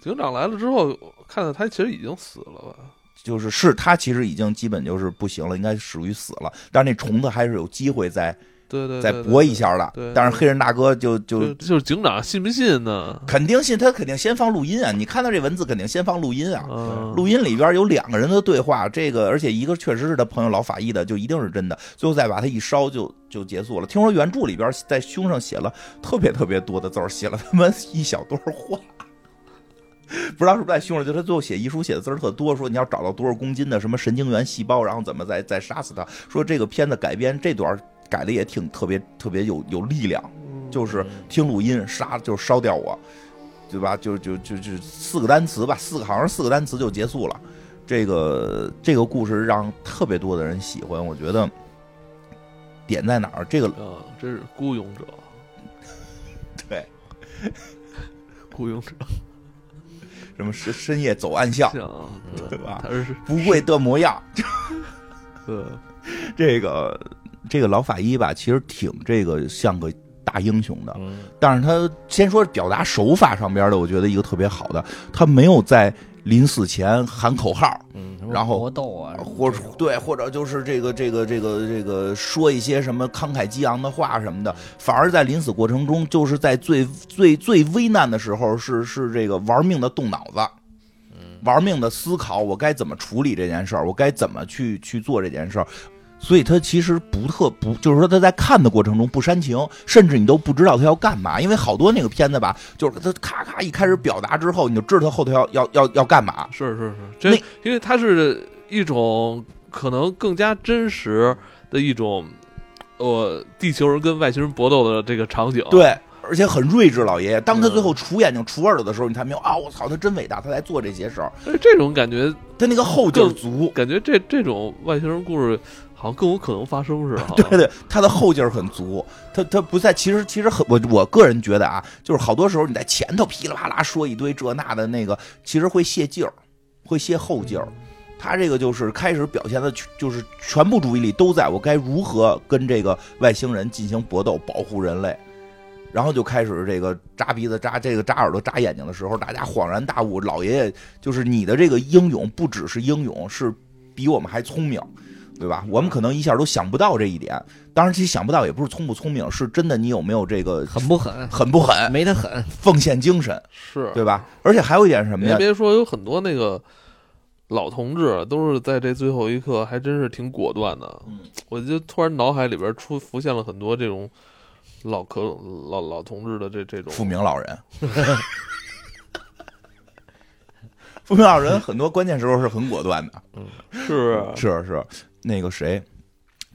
警长来了之后，看到他其实已经死了吧？
就是是他其实已经基本就是不行了，应该属于死了。但是那虫子还是有机会再
对对，
再
对
搏一，下的
对对。
但是黑人大哥就就
对对就就是警长信不信呢？
肯定信他，肯定先放录音啊！你看到这文字，肯定先放录音啊。
嗯，
录音里边有两个人的对话，这个而且一个确实是他朋友老法医的，就一定是真的。最后再把他一烧就就结束了。听说原著里边在胸上写了特别特别多的字儿，写了他妈一小段话， 不知道是不是在胸上。就他最后写遗书写的字儿特多，说你要找到多少公斤的什么神经元细胞，然后怎么再再杀死他。说这个片子改编这段改的也挺特别特别有有力量，就是听录音杀就是烧掉我，对吧？就就就就四个单词吧，四个好像是四个单词就结束了。这个这个故事让特别多的人喜欢，我觉得点在哪儿？这个
啊，这是孤勇者，
对
孤勇者
什么深深夜走暗巷，
像啊，
嗯对吧
他是
不跪的模样，
对，
这个这个老法医吧，其实挺这个像个大英雄的，
嗯，
但是他先说表达手法上边的，我觉得一个特别好的，他没有在临死前喊口号，
嗯，什么
然后
搏斗啊，
或者对，或者就是这个这个这个这个说一些什么慷慨激昂的话什么的，反而在临死过程中，就是在最最最危难的时候是，是这个玩命的动脑子，玩命的思考我该怎么处理这件事儿，我该怎么去去做这件事儿。所以他其实不特不，就是说他在看的过程中不煽情，甚至你都不知道他要干嘛，因为好多那个片子吧，就是他咔咔一开始表达之后，你就知道他后头要要要要干嘛。
是是是，这因为它是一种可能更加真实的一种，呃，地球人跟外星人搏斗的这个场景，，
对，而且很睿智，老爷爷。当他最后杵眼睛、杵耳朵的时候，你才明白啊，我操，他真伟大，他在做这些事儿，
哎这种感觉，
他那个后劲儿足。
感觉这这种外星人故事好像更有可能发生似的，啊好像
对对，他的后劲儿很足，他他不在，其实其实很我我个人觉得啊，就是好多时候你在前头噼里啪啦说一堆这那的那个，其实会泄劲儿，会泄后劲儿。他这个就是开始表现的，就是全部注意力都在我该如何跟这个外星人进行搏斗，保护人类。然后就开始这个扎鼻子、扎这个、扎耳朵、扎眼睛的时候，大家恍然大悟，老爷爷就是你的这个英勇，不只是英勇，是比我们还聪明，对吧？我们可能一下都想不到这一点。当然，其实想不到也不是聪不聪明，是真的你有没有这个
狠不狠？
狠不狠、
没他狠，
奉献精神，
是，
对吧？而且还有一点是什么
您
呀？
别说，有很多那个老同志都是在这最后一刻，还真是挺果断的。
嗯，
我就突然脑海里边出浮现了很多这种老可老老同志的这这种
富明老人。 富明老人很多关键时候是很果断的，
是啊
是是，那个谁，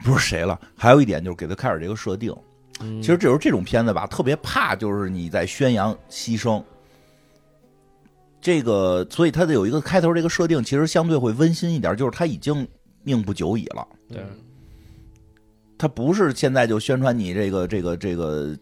不是谁了。还有一点就是给他开始这个设定，
嗯
其实这时候这种片子吧，特别怕就是你在宣扬牺牲。这个，所以它的有一个开头这个设定，其实相对会温馨一点，就是他已经命不久矣了。
对
他不是现在就宣传你这个这个这个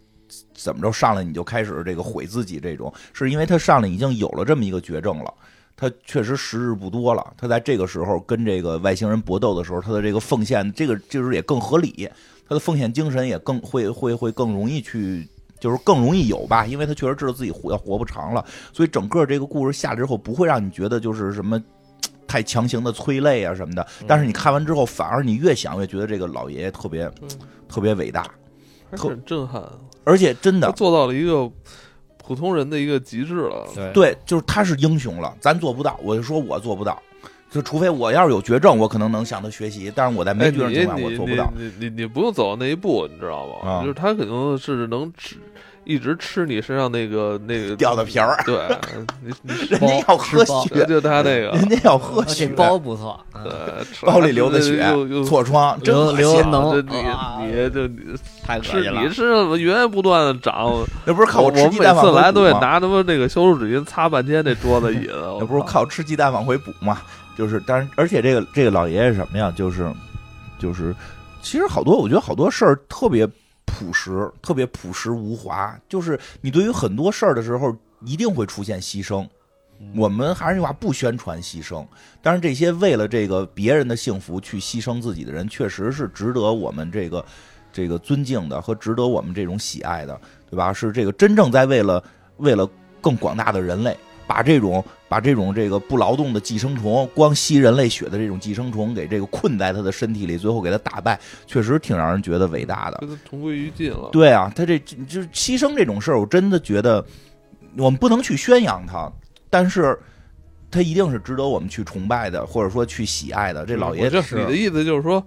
怎么着上来你就开始这个毁自己这种，是因为他上来已经有了这么一个绝症了，他确实时日不多了，他在这个时候跟这个外星人搏斗的时候，他的这个奉献，这个就是也更合理，他的奉献精神也更会会会更容易去。就是更容易有吧，因为他确实知道自己活要活不长了，所以整个这个故事下来之后，不会让你觉得就是什么嘖太强行的催泪啊什么的。
嗯
但是你看完之后，反而你越想越觉得这个老爷爷特别
对
特别伟大，
还是
特
很震撼，
而且真
他
的
做到了一个普通人的一个极致了。
对
对，就是他是英雄了，咱做不到。我就说我做不到，就除非我要是有绝症，我可能能向他学习，但是我在
哎，
没绝
你
症情况
你
下我做不
你
到。
你你你不用走到那一步，你知道吗？
啊
就是他肯定是能吃，一直吃你身上那个那个
掉的皮儿
对，你你
人家要喝
吃包
对
血，
就他那个
人家要喝
这
血，
包不错，啊
对吃
包里流的血
又又，
痤疮，真
流
恶
流
心。
脓
这
啊
你你就你
太恶
是
心了
你。是源源不断的长，
那不是靠
我
吃
我
鸡
每
蛋往
次
回
来都
补
得
吗？
拿他妈那个消毒纸巾擦半天那桌子 椅子，我
那不是
操
靠吃鸡蛋往回补吗？就是，但是而且这个这个老爷爷什么呀？就是就是，其实好多我觉得好多事儿特别朴实，特别朴实无华。就是你对于很多事儿的时候，一定会出现牺牲。我们还是那句话，不宣传牺牲。但是这些为了这个别人的幸福去牺牲自己的人，确实是值得我们这个这个尊敬的和值得我们这种喜爱的，对吧？是这个真正在为了为了更广大的人类，把这种把这种这个不劳动的寄生虫，光吸人类血的这种寄生虫，给这个困在他的身体里，最后给他打败，确实挺让人觉得伟大的。
跟他同归于尽了。
对啊，他这这就是牺牲这种事儿，我真的觉得我们不能去宣扬他，但是他一定是值得我们去崇拜的，或者说去喜爱的。这老爷
嗯我觉得
是
你的意思就是说，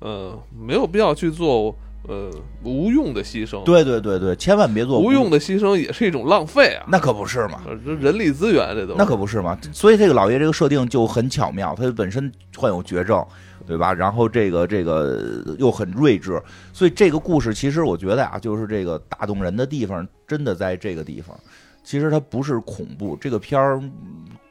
呃，没有必要去做呃无用的牺牲，
对对对对，千万别做
无用，的牺牲也是一种浪费啊。
那可不是嘛。
呃这人力资源这都是
那可不是嘛。所以这个老爷这个设定就很巧妙，他本身患有绝症，对吧？然后这个这个呃又很睿智，所以这个故事其实我觉得啊，就是这个打动人的地方，真的在这个地方。其实它不是恐怖，这个片儿嗯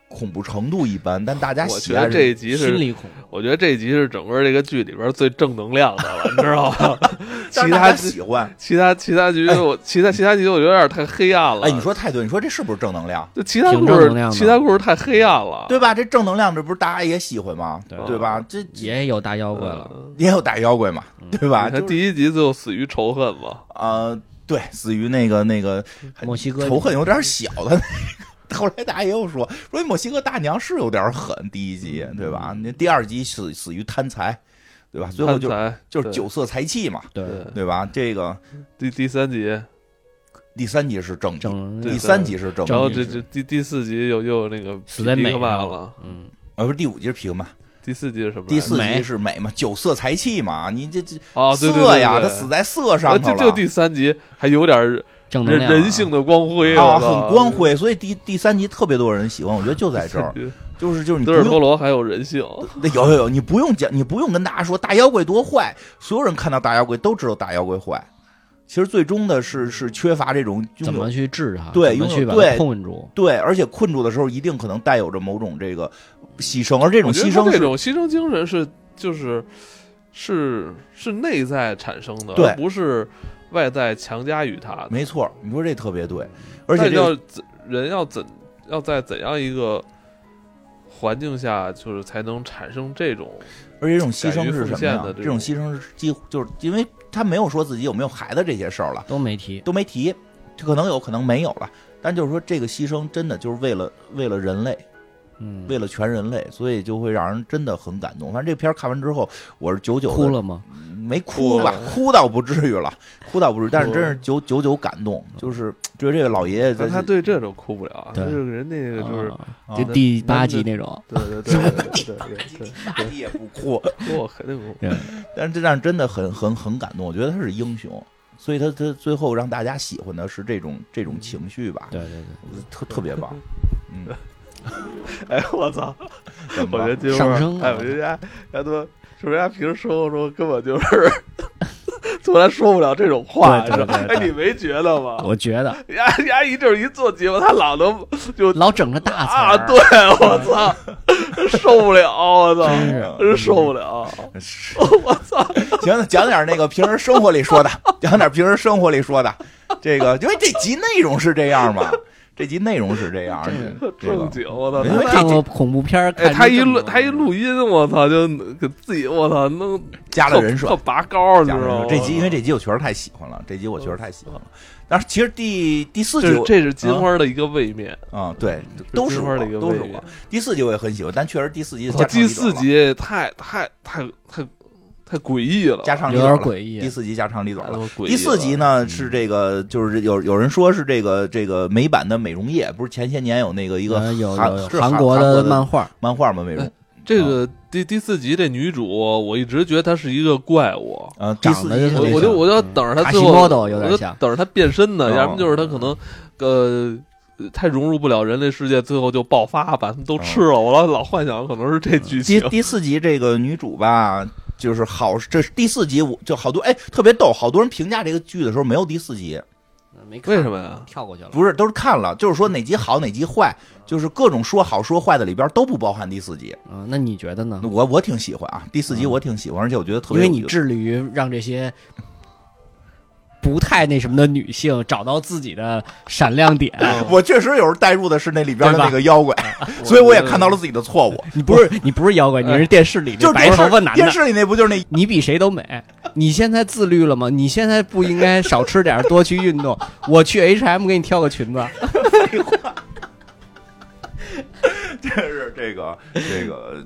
恐怖程度一般，但大家
我
喜
觉
爱
得这
是
一集
心
是，
里恐怖，
我觉得这一集是整个这个剧里边最正能量的了，你知道吗？
但
其呃
是大
他
家喜欢。
其他其他局我其他其他集我觉得有点太黑暗了。
哎哎，你说太对，你说这是不是正能量？
就其他故
挺正能量
事，
的
其他故事太黑暗了，
对吧？这正能量，这不是大家也喜欢吗？
对
对吧？这
也有大妖怪了，
嗯
也有大妖怪嘛，对吧？
你
就
看
是
第一集就死于仇恨嘛，
呃，对，死于那个那个
墨西哥
仇恨有点小的那个。 后来大家也有说，说墨西哥大娘是有点狠，第一集对吧？那第二集死死于贪财，对吧？最后就
贪财
就是
对
酒色财气嘛，
对
对，
对吧？这个
第第三集，
第三集是正义，
整
对
第三集是正
然
义，
后
义
这
是
这第第四集又又那个
死在
皮
美
克曼
上
了，
嗯，
呃，不是第五集是皮克曼，
第四集是什么来着？
第四集
美
是美嘛，酒色财气嘛，你这这
哦，对对
色
对
呀，
对呃
他死在色上头
就
了，
就第三集还有点人
正能量啊
人性的光辉
啊，
我操，
很光辉，所以第第三集特别多人喜欢，我觉得就在这儿 就是就是你不
德尔
用
托罗还有人性，
那有有有，你不用讲，你不用跟大家说大妖怪多坏，所有人看到大妖怪都知道大妖怪坏。其实最终的是是缺乏这种
怎
拥有
么去治它？
对
怎么
拥有
去把
对
它控住？
对，而且困住的时候一定可能带有着某种这个牺牲，而这种
我觉
牺
得他
牲
这
是
种牺牲精神是就是是是内在产生的，
对
而不是外在强加于他的。
没错，你说这特别对，而且
但
这个
要怎人要怎要在怎样一个环境下，就是才能产生这种
而且这种牺牲是什
敢于奉
么呀
献？的
这
这种
种牺牲是几乎就是因为他没有说自己有没有孩子这些事儿了，
都没提，
都没提，这可能有可能没有了，但就是说这个牺牲真的就是为了为了人类，
嗯，
为了全人类，所以就会让人真的很感动。反正这片儿看完之后，我是久久地
哭，了吗？
没哭
哭？
吧
了
哭倒不至于了，哭倒不至于，但是
哭
真是久久久感动，就是觉得这个老爷爷在
但他对这种哭不了啊，
对
就是人那个就是、
啊
啊
就第八集那种，
对对对对对对
大地也不哭，
对，我肯定不
对，
但是这让真的很很很感动。我觉得他是英雄，所以他他最后让大家喜欢的是这种这种情绪吧，
对对对。
特特别棒。嗯，
哎，我操！
怎么
我觉得
了
金花
上升了
哎，我觉得人家人家都是不是人家平时生活中根本就是 从来说不了这种话，
对
你
对对
知道哎，
对
你没觉得吗？
我觉得
人家人家一就是一做节目，他老能就
老整个大词
啊，
儿嗯
对，我操，受不了，我操，
真是嗯
真受不了。
是哦我操！行，讲点那个平时生活里说的，讲点平时生活里说的。这个，因为这集内容是这样嘛，这集内容是这样的，这个
正经，我操！
没因为
没
这
看过恐怖片儿，
哎，
看
他一
这么
录他一录音，我操，就给自己我操弄
加了人设
特，拔高，你知
加了人
道吗
设。？这集因为这集我确实太喜欢了，这集我确实太喜欢了。但是其实第第四
这
集
是
我
嗯这是金花的一个位面，
啊，对，都是
金
我
花的一个
都
位
是
面
我。。第四集我也很喜欢，但确实第四集的
我
加
第四集也太太太太太诡异了，
加唱
有
李
点
总了，
诡异
第。四集加唱李总
太
了
他。妈诡异了。嗯
第四集呢是这个，就是有有人说是这个这个美版的美容液，不是前些年有那个一个
呃有
韩
有有
是
韩
韩
国
韩国
的
的
漫画，
漫画嘛美容
哎，这个
嗯
第第四集这女主，我一直觉得她是一个怪物，
呃，第
长
四
得
集
就
我
是那
我就
种
我就要等着她
嗯
卡
最
西
后，
莫
我
多有点
就
像
等着她变身呢，
哦
要么就是她可能呃。
嗯
太融入不了人类世界，最后就爆发，把他们都
嗯
吃了。我老老幻想可能是这剧
第
情，
第四集这个女主吧，就是好，这是第四集我就好多哎特别逗，好多人评价这个剧的时候没有第四集，
呃没看
为什么呀？
跳过去了？
不是都是看了，就是说哪集好哪集坏，就是各种说好说坏的里边都不包含第四集。
嗯，那你觉得呢？
我我挺喜欢啊，第四集
嗯
我挺喜欢，而且我觉得特
因
别
为
有意思，
你致力于让这些不太那什么的女性找到自己的闪亮点。
我确实有时候带入的是那里边的
对吧
那个妖怪，嗯
嗯
所以我也看到了自己的错误。
你不是你不是妖怪，你是电视里
呃就是
那白
电视
头发男
电
的。
视里那不就是那
你比谁都美，你现在自律了吗？你现在不应该少吃点儿，多去运动。我去 H M 给你挑个裙
啊
子，
这是这个这个，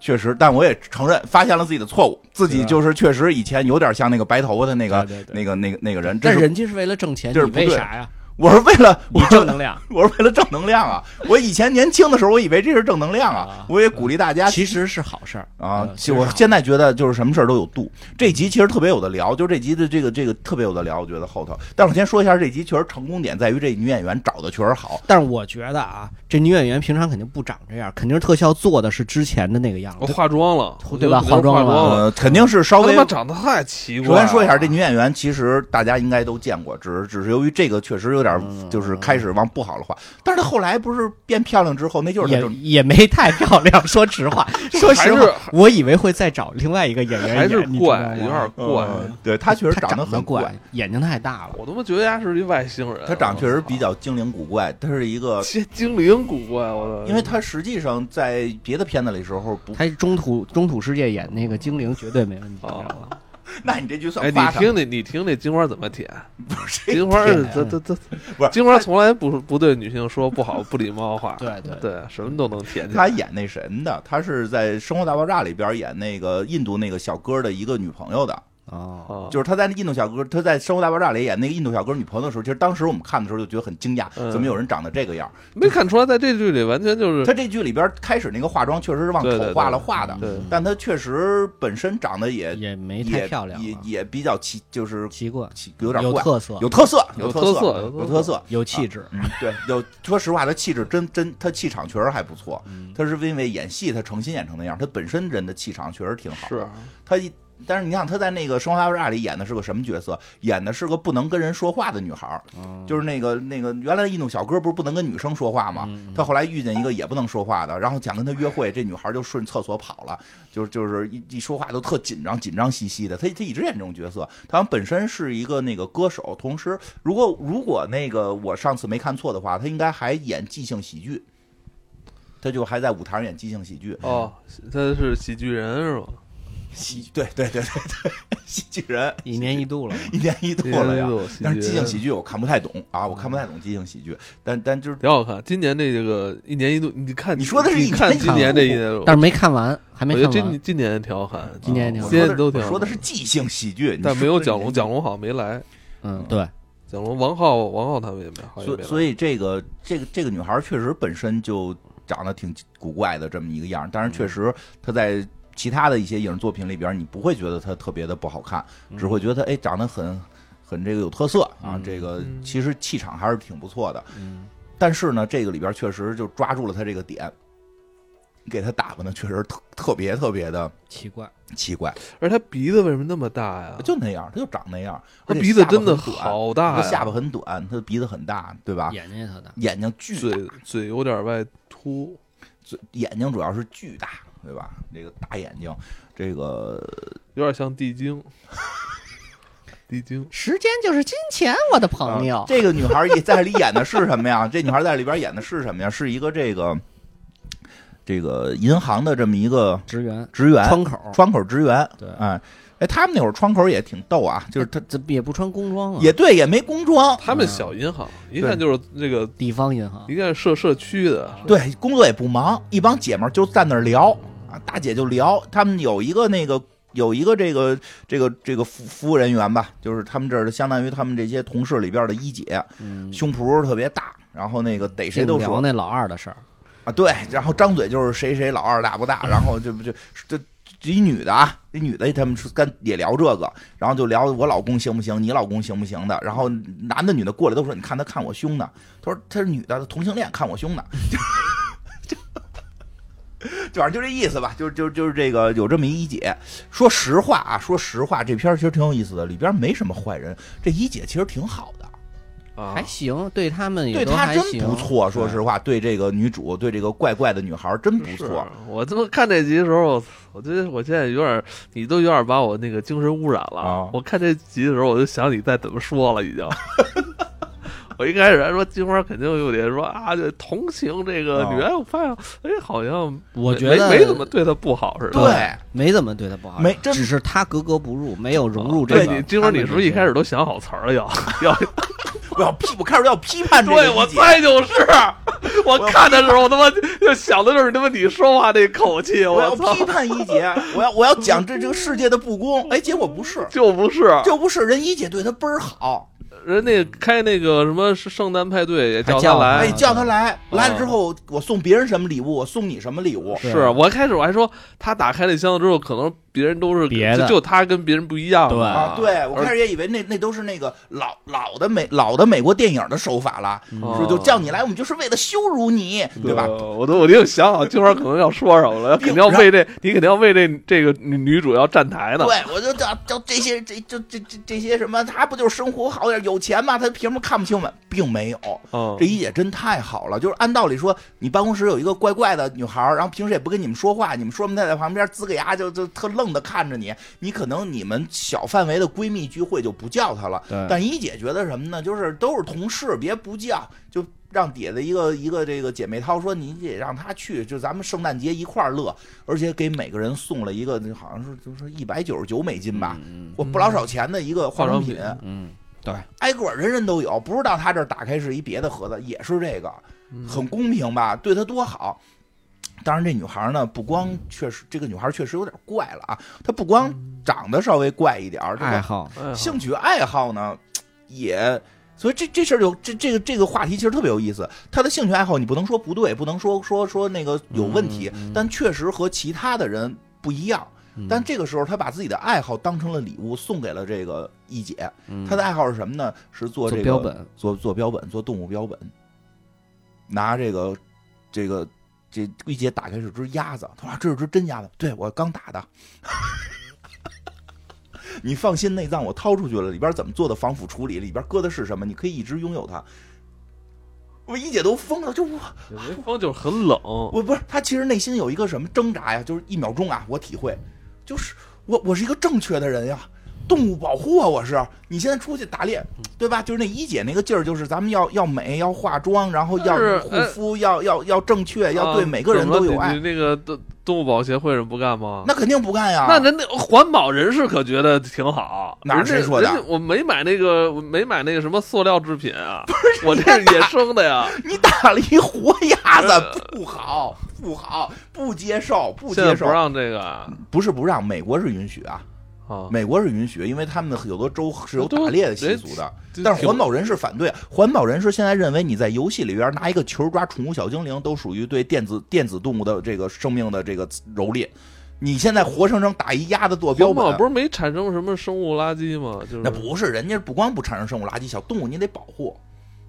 确实，但我也承认发现了自己的错误，自己就是确实以前有点像那个白头发的那个
啊对对对
那个那个那个人，这
但
是
人家是为了挣钱，你
这是不
为
对
啥呀？
我是为了
你
我
正能量，
我是为了正能量啊！我以前年轻的时候，我以为这是正能量啊
啊，
我也鼓励大家
其实是好事儿
啊
嗯，
其实我现在觉得就是什么事儿都有度。这集其实特别有的聊，就是这集的这个这个特别有的聊，我觉得后头。但是我先说一下，这集确实成功点在于这女演员找的确实好，
但是我觉得啊，这女演员平常肯定不长这样，肯定是特效做的是之前的那个样
我
子。
化妆了，我觉
对
得
吧
可能
化妆
化
了
妆了，
呃，肯定是稍
啊
她他
微
妈长得太奇怪
首
了。
先说一下，这女演员其实大家应该都见过，只是只是由于这个确实有点就是开始往不好的话，但是她后来不是变漂亮之后，那就是她
也
正
也没太漂亮，说实 话，说
还
实
是
话，我以为会再找另外一个演员
还是
演，你知道
怪，
吗
有点怪。
嗯对她确实
他
长
得
得很
怪，，眼睛太大了。
我他妈觉得他是一外星人。
她长得确实比
我
较精灵古怪，她是一
操
个，
精精灵古怪，我操！
因为她实际上在别的片子里时候不，
他中土中土世界演那个精灵绝对没
哦
问题，你知道吧？
那你这句算
哎，
夸
你
她
听你你听那金花怎么舔？
不是啊
金花
舔
是这这这
不是
金花从来不不对女性说不好不礼貌话，
对对
对，什么都能舔起来。
他演那神的，他是在《生活大爆炸》里边演那个印度那个小哥的一个女朋友的，
哦，
啊，
就是他在那印度小哥，他在《生活大爆炸》里演那个印度小哥女朋友的时候，其实当时我们看的时候就觉得很惊讶，
嗯
怎么有人长得这个样？
没看出来，在这剧里完全就是
他这剧里边开始那个化妆确实是往
嗯对对嗯
丑
对
化了化的，
对
但他确实本身长得也
也没太
也
漂亮啊，
也也比较奇，就是
奇怪，
奇有点
有
怪，
特色，
有特色，
有啊
特
特色有
有
特
特色。
有气质。
嗯，对，有说实话，他气质真真，他气场确实还不错。
嗯
他是因为演戏，他诚心演成那样，他本身人的气场确实挺好。
是
他一，但是你想他在那个《生活大爆炸》里演的是个什么角色？演的是个不能跟人说话的女孩儿，就是那个那个原来印度小哥不是不能跟女生说话吗？他后来遇见一个也不能说话的，然后想跟他约会，这女孩就顺厕所跑了，就是就是一一说话都特紧张，紧张兮兮的。他他一直演这种角色，他好像本身是一个那个歌手，同时如果如果那个我上次没看错的话，他应该还演即兴喜剧。他就还在舞台上演即兴喜剧，
哦，他是喜剧人是吗？
喜对对对对对， 喜剧人
一年一度了嘛，
一年一度了呀
一年一度喜。嗯剧
但是即兴喜剧我看不太懂啊，我看不太懂即兴喜剧，但但就是
挺好看。今年这个一年一度，你看
你说的是
你
一
看
年一
今
度
年这一年，
但是没看完，还没
我觉得
看
今
完。
今年也挺好看，
今年也挺好
我
看
今
说
年
的
都挺
我
好
说的
看
是即兴喜剧，你
但
说
没有
的
蒋
是
龙，蒋龙好像没来，啊
嗯，对，
蒋龙、王浩、王浩他们也没，好像也没
所以
来
所以这个这个这个女孩确实本身就长得挺古怪的这么一个样儿，但是
嗯
确实她在其他的一些影视作品里边，你不会觉得她特别的不好看，只会觉得哎长得很很这个有特色啊，这个
嗯嗯
其实气场还是挺不错的。
嗯，
但是呢，这个里边确实就抓住了她这个点，给她打扮的确实特特别特别的
奇怪，
奇怪，
而他鼻子为什么那么大呀？
就那样，她就长那样，
他
而且
鼻子
下巴
真的
很短
好大
他
呀，
下巴很短，他的鼻子很大，对
啊
吧？
眼睛也特大。
眼睛巨大，
嘴嘴有点外凸，
嘴眼睛主要是巨大，对吧？这个大眼睛，这个
有点像地精。地精，
时间就是金钱，我的朋友
啊。这个女孩也在里演的是什么呀？这女孩在里边演的是什么呀？是一个这个这个银行的这么一个
职员
职员，
窗口，
窗口职员。
对
哎哎，他们那会儿窗口也挺逗啊，就是他
这也不穿工装啊，
也对，也没工装，
他
嗯
们小银行一看就是这个，
地方银行
一看社社区的，
对，工作也不忙，一帮姐们儿就站那儿聊啊，大姐就聊，他们有一个那个。有一个这个这个这个服服务人员吧，就是他们这儿的相当于他们这些同事里边的一姐，胸脯特别大，然后那个逮谁都说
嗯聊那老二的事儿，
啊，对，然后张嘴就是谁谁老二大不大，然后这不就这这一女的啊，这女的他们是干也聊这个，然后就聊我老公行不行，你老公行不行的，然后男的女的过来都说你看他看我胸呢，他说他是女的，她同性恋看我胸呢， 就反正就这意思吧，就就就是这个有这么一姐，说实话啊，说实话这片儿其实挺有意思的，里边没什么坏人，这一姐其实挺好的。
啊
还，行，对他们也
对
都
她
还
真
行嗯
不错，说实话，对这个女主，对这个怪怪的女孩儿 真不
是啊
错。
我他妈看这集的时候，我我觉得我现在有点，你都有点把我那个精神污染了。
啊
我看这集的时候，我就想你再怎么说了，已经。 我一开始还说金花肯定有点说啊，这同情这个
啊
女人，我发现哎，好像
我
没
觉得
没没怎么对她不好似的。
对，
没怎么对他不好，
没真
只是他格格不入，没有融入这
对
个。
你金花，你是不是一开始都想好词儿 了？要要，
我要批，我开始要批判这个
对我
理解。
猜 就是，我看的时候我他妈就想的就是他妈你说话那口气，
我要
操
批，判一姐，我要我要讲这这个世界的不公。哎，结果不是，
就不是，
就不是人一姐对她倍儿好，
人家开那个什么圣诞派对也叫
还
他
叫
来，
哎，
哎
叫她来，来了之后我送别人什么礼物，我送你什么礼物，
对
是我开始我还说他打开那箱子之后，可能别人都是
别的
就就他跟别人不一样
对
啊，对我开始也以为那那都是那个老老的美老的美国电影的手法了，
嗯
哦
说就叫你来，我们就是为了羞辱你，对吧？
呃我都我就想好今晚可能要说什么 了，肯定要为这你肯定要为这这个女女主要站台呢。
对，我就叫叫这些这就这这这些什么，他不就是生活好点，有钱吗？他凭什么看不起我们？并没有，
嗯
这一姐真太好了。就是按道理说，你办公室有一个怪怪的女孩儿，然后平时也不跟你们说话，你们说什么她在旁边呲个牙就就特愣的看着你，你可能你们小范围的闺蜜聚会就不叫她了。
对
但一姐觉得什么呢？就是都是同事，别不叫，就让底下的一个一个这个姐妹淘说，你得让她去，就咱们圣诞节一块儿乐，而且给每个人送了一个，好像是就是一百九十九美金吧，我不老少钱的一个嗯化妆品，
化妆
嗯，对，
挨个儿人人都有，不是到她这儿打开是一别的盒子，也是这个，
嗯
很公平吧？对她多好。当然，这女孩呢，不光确实，这个女孩确实有点怪了啊。她不光长得稍微怪一点儿，这个
爱好
哎呀
兴趣爱好呢，也，所以这这事儿就这这个这个话题其实特别有意思。他的兴趣爱好你不能说不对，不能说说说那个有问题，
嗯
但确实和其他的人不一样。但这个时候，他把自己的爱好当成了礼物送给了这个一姐。他的爱好是什么呢？是做这
嗯做
个
标，本，
做做标本，做动物标本。拿这个这个这一姐打开是只鸭子，他说啊这是只真鸭子，对我刚打的。 你放心，内脏我掏出去了，里边怎么做的防腐处理，里边搁的是什么，你可以一直拥有它。我一姐都疯了，就我
有些风就是很冷，
我不是她，其实内心有一个什么挣扎呀，就是一秒钟啊，我体会，就是我我是一个正确的人呀，动物保护啊，我是。你现在出去打猎，
嗯
对吧？就是那一姐那个劲儿，就是咱们要要美，要化妆，然后要
但是
护肤，要要要正确，要对
啊
每个人都
怎么
有
了
爱
你，你那个动动物保护协会人不干吗？
那肯定不干呀。
那人那环保人士可觉得挺好，
啊哪儿
人家
谁说的
人家我没买那个，我没买那个什么塑料制品啊，我这是野生的呀。
你打了一活鸭子，不好，不好，不接受，不
呃现在
接受
不。让这个啊，
不是不让，美国是允许啊，
啊
美国是允许，因为他们有的州是有打
都
猎的习
人
俗的。
就
但是
挺
环保人士反对，啊环保人士现在认为你在游戏里边拿一个球抓宠物小精灵，都属于对电子电子动物的这个生命的这个蹂躏。你现在活生生打一鸭子做标
环保
本，啊
不是没产生什么生物垃圾吗？就是
那不是人家不光不产生生物垃圾，小动物你得保护，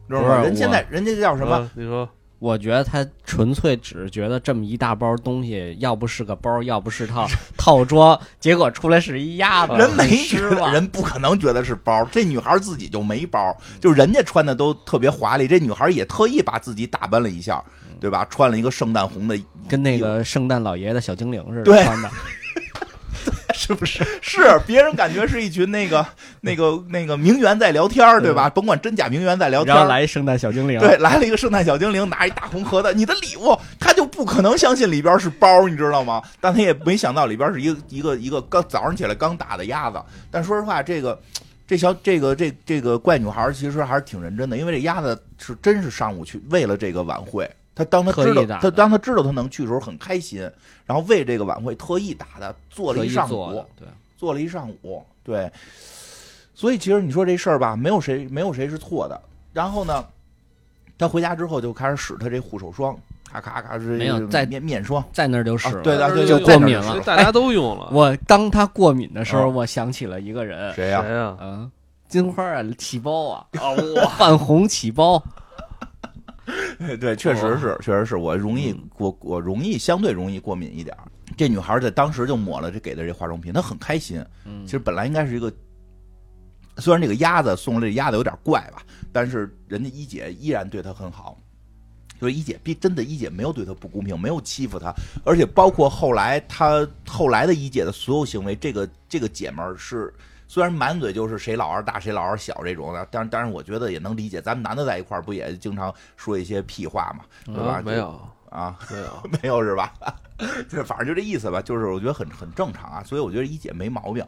知
是
道吗？
我
人现在人家叫什么？
啊你说
我觉得他纯粹只是觉得这么一大包东西，要不是个包，要不是套套装，结果出来是一鸭
啊
子，
人没
你
觉
失
得，
望。
人不可能觉得是包。这女孩自己就没包，
嗯
就是人家穿的都特别华丽，这女孩也特意把自己打扮了一下，
嗯
对吧？穿了一个圣诞红的衣服，
跟那个圣诞老爷的小精灵似的
对
穿的，是不是？
是别人感觉是一群那个 那个那个名媛在聊天儿，对吧？甭管真假名媛在聊天
嗯然后
儿。
来一圣诞小精灵，
对，来了一个圣诞小精灵，拿一大红盒子，你的礼物，他就不可能相信里边是包，你知道吗？但他也没想到里边是一个一个一个刚早上起来刚打的鸭子。但说实话，这个这小这个这这个怪女孩其实还是挺认真的，因为这鸭子是真是上午去为了这个晚会。她当她
特
知
意打
道，
的
她当她知道她能去的时候很开心，然后为这个晚会特意打的，做了
可
一
以
上
做
午
的，，对，
做了一上午，对。所以其实你说这事儿吧，没有谁没有谁是错的。然后呢，他回家之后就开始使他这护手霜，咔咔咔，这
没有在
面面霜，
在那儿就是了、
啊对的
但是
就
有
过
敏了
大家都用了。
我当他过敏的时候，
啊
我想起了一个人，
谁
谁呀？
啊，金花啊，起包 啊，
啊，
哦
我
泛红起包，
对，确
哦
实是，确实是我容易，
嗯
我我容易相对容易过敏一点儿。这女孩在当时就抹了这给的这化妆品，她很开心。
嗯
其实本来应该是一个，虽然这个鸭子送了这鸭子有点怪吧，但是人家一姐依然对她很好。所以一姐逼真的，一姐没有对她不公平，没有欺负她，而且包括后来她后来的一姐的所有行为，这个这个姐们儿是虽然满嘴就是谁老二大谁老二小这种的，但是但是我觉得也能理解，咱们男的在一块儿不也经常说一些屁话嘛，对吧？
啊没有
啊，
没有，
没有是吧？这反正就这意思吧，就是我觉得很很正常啊，所以我觉得一姐没毛病。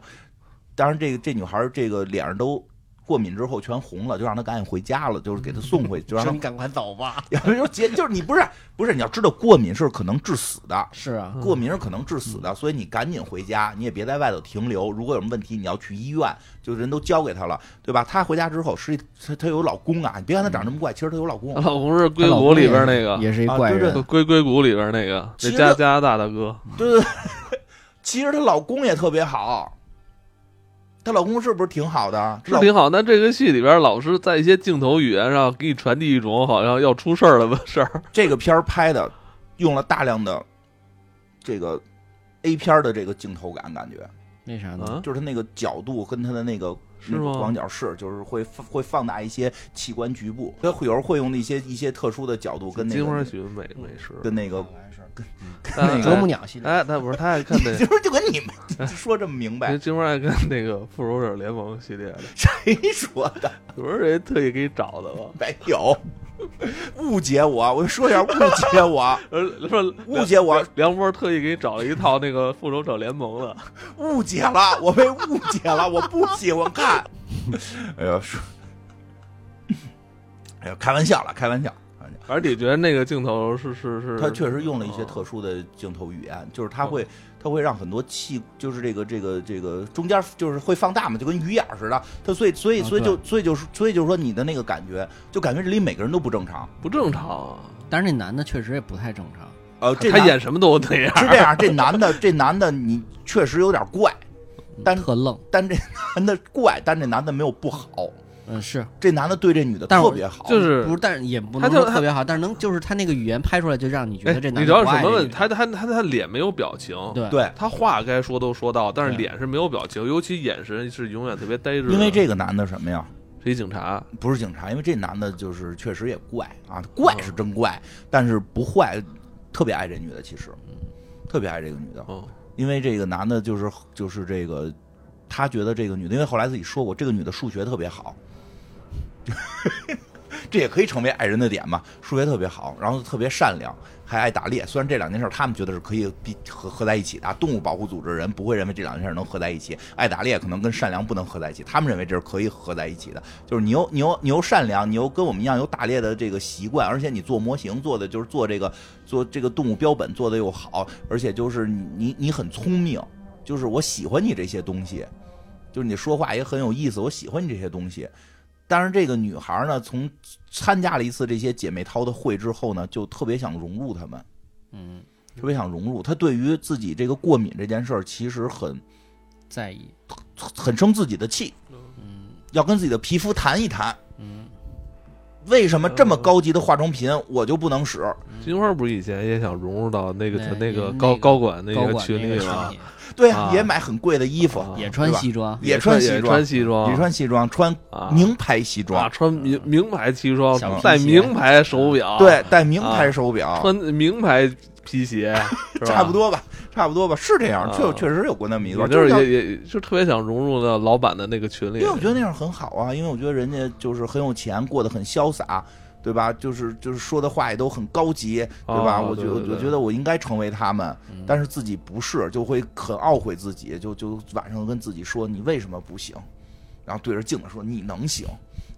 当然，这个这女孩儿这个脸上都过敏之后全红了，就让她赶紧回家了，就是给她送回去，就让
说
她
你赶快走吧。
有时候姐 就是你不是不是，你要知道过敏是可能致死的，
是啊，
过敏是可能致死的，所以你赶紧回家，你也别在外头停留。如果有什么问题，你要去医院，就人都交给她了，对吧？她回家之后，实际她她有老公啊，你别看她长这么怪，其实她有老公
她。老公是硅谷里边那个，
也是一
啊
怪
对对
人，
对
硅硅谷里边那个，
其
那
实
加加拿大大哥，
对对，对， 其实她老公也特别好，她老公是不是挺好的？啊
是挺好。但这个戏里边，老师在一些镜头语言上给你传递一种好像要出事儿了的事儿。
这个片儿拍的用了大量的这个 A 片儿的这个镜头感，感觉
为啥呢？
嗯，
就是他那个角度跟他的那个
是吗
那个广角是，就是会放会放大一些器官局部，他会有时候会用那些一些特殊的角度跟那
金花
个
许美美食，
跟那个，
哎
啄木鸟系列，
哎，那不是他爱看那
就是就跟你 们说这么明
人
白，
金花爱看那个《复仇者联盟》系列的，
谁说的？
不是人家特意给你找的吗？
没有。误解我，我说一下误解 我，
呃，说
误解我
梁波特意给你找了一套那个《复仇者联盟》 的，
误解了，我被误解了，我不喜欢看。 哎呀，说，哎呀，开玩笑了，开玩笑，开玩笑。
反正你觉得那个镜头是是是，哦嗯
他确实用了一些特殊的镜头语言，就是他会，他会让很多气，就是这个这个这个中间就是会放大嘛，就跟鱼眼儿似的。他所以所以
啊
所以就所以就是所以就是说你的那个感觉，就感觉这里每个人都不正常。
不正常啊。
但是那男的确实也不太正常，
呃，这
哦他
男
演什么都那样，
是这样，这男的这男的你确实有点怪，但
嗯特愣，
但这男的怪，但这男的没有不好，
嗯是，
这男的对这女的
但是
特
我
别好，
就是
不是，但是也不
他
能
就
说特别好，但是能就是他那个语言拍出来就让你觉
哎，
得这
你
男
知
的
道
不
什
爱
么
这
问
女
题？
的
他他他他脸没有表情，
对
对，
他话该说都说到，但是
对
脸是没有表情，尤其眼神是永远特别呆滞的。
因为这个男的什么呀？
是一警察，
不是警察，因为这男的就是确实也怪啊，怪是真怪，但是不坏，特别爱这女的，其实特别爱这个女的，
嗯，
因为这个男的就是就是这个，他觉得这个女的，因为后来自己说过，这个女的数学特别好。 这也可以成为爱人的点嘛，数学特别好，然后特别善良，还爱打猎。虽然这两件事他们觉得是可以比合合在一起的啊，动物保护组织人不会认为这两件事能合在一起，爱打猎可能跟善良不能合在一起，他们认为这是可以合在一起的。就是你又你又你又善良，你又跟我们一样有打猎的这个习惯，而且你做模型做的就是做这个做这个动物标本做的又好，而且就是你你你很聪明，就是我喜欢你这些东西，就是你说话也很有意思，我喜欢你这些东西。但是这个女孩呢，从参加了一次这些姐妹淘的会之后呢，就特别想融入她们，
嗯
特别想融入。她对于自己这个过敏这件事儿，其实很
在意，
很生自己的气，
嗯
要跟自己的皮肤谈一谈，
嗯，
为什么这么高级的化妆品我就不能使？
金花不是以前也想融入到那个
对
那个
那
高
个
高管那
高
个
管
群
那
里
个群
吗？
体
对啊，
啊
也买很贵的衣服，
啊
也穿
对吧
西装，
也
穿
西嗯
也穿西装，
也穿西装，穿
哦啊
名牌西装，
啊，穿名名牌西装
嗯小皮，鞋嗯
戴名牌手表，
对，戴名牌手表，
穿名牌皮鞋，是吧
差不。多吧，差不多吧，是这样，
啊
确确实有过那么一
我
段，
就是
是要
也也就特别想融入到老板的那个群里
因为，我觉得那样很好啊，因为我觉得人家就是很有钱，过得很潇洒，对吧？就是就是说的话也都很高级，对吧？
啊
我觉得
对对对
我觉得我应该成为他们，
嗯
但是自己不是，就会很懊悔自己，就就晚上跟自己说你为什么不行，然后对着镜子说你能行，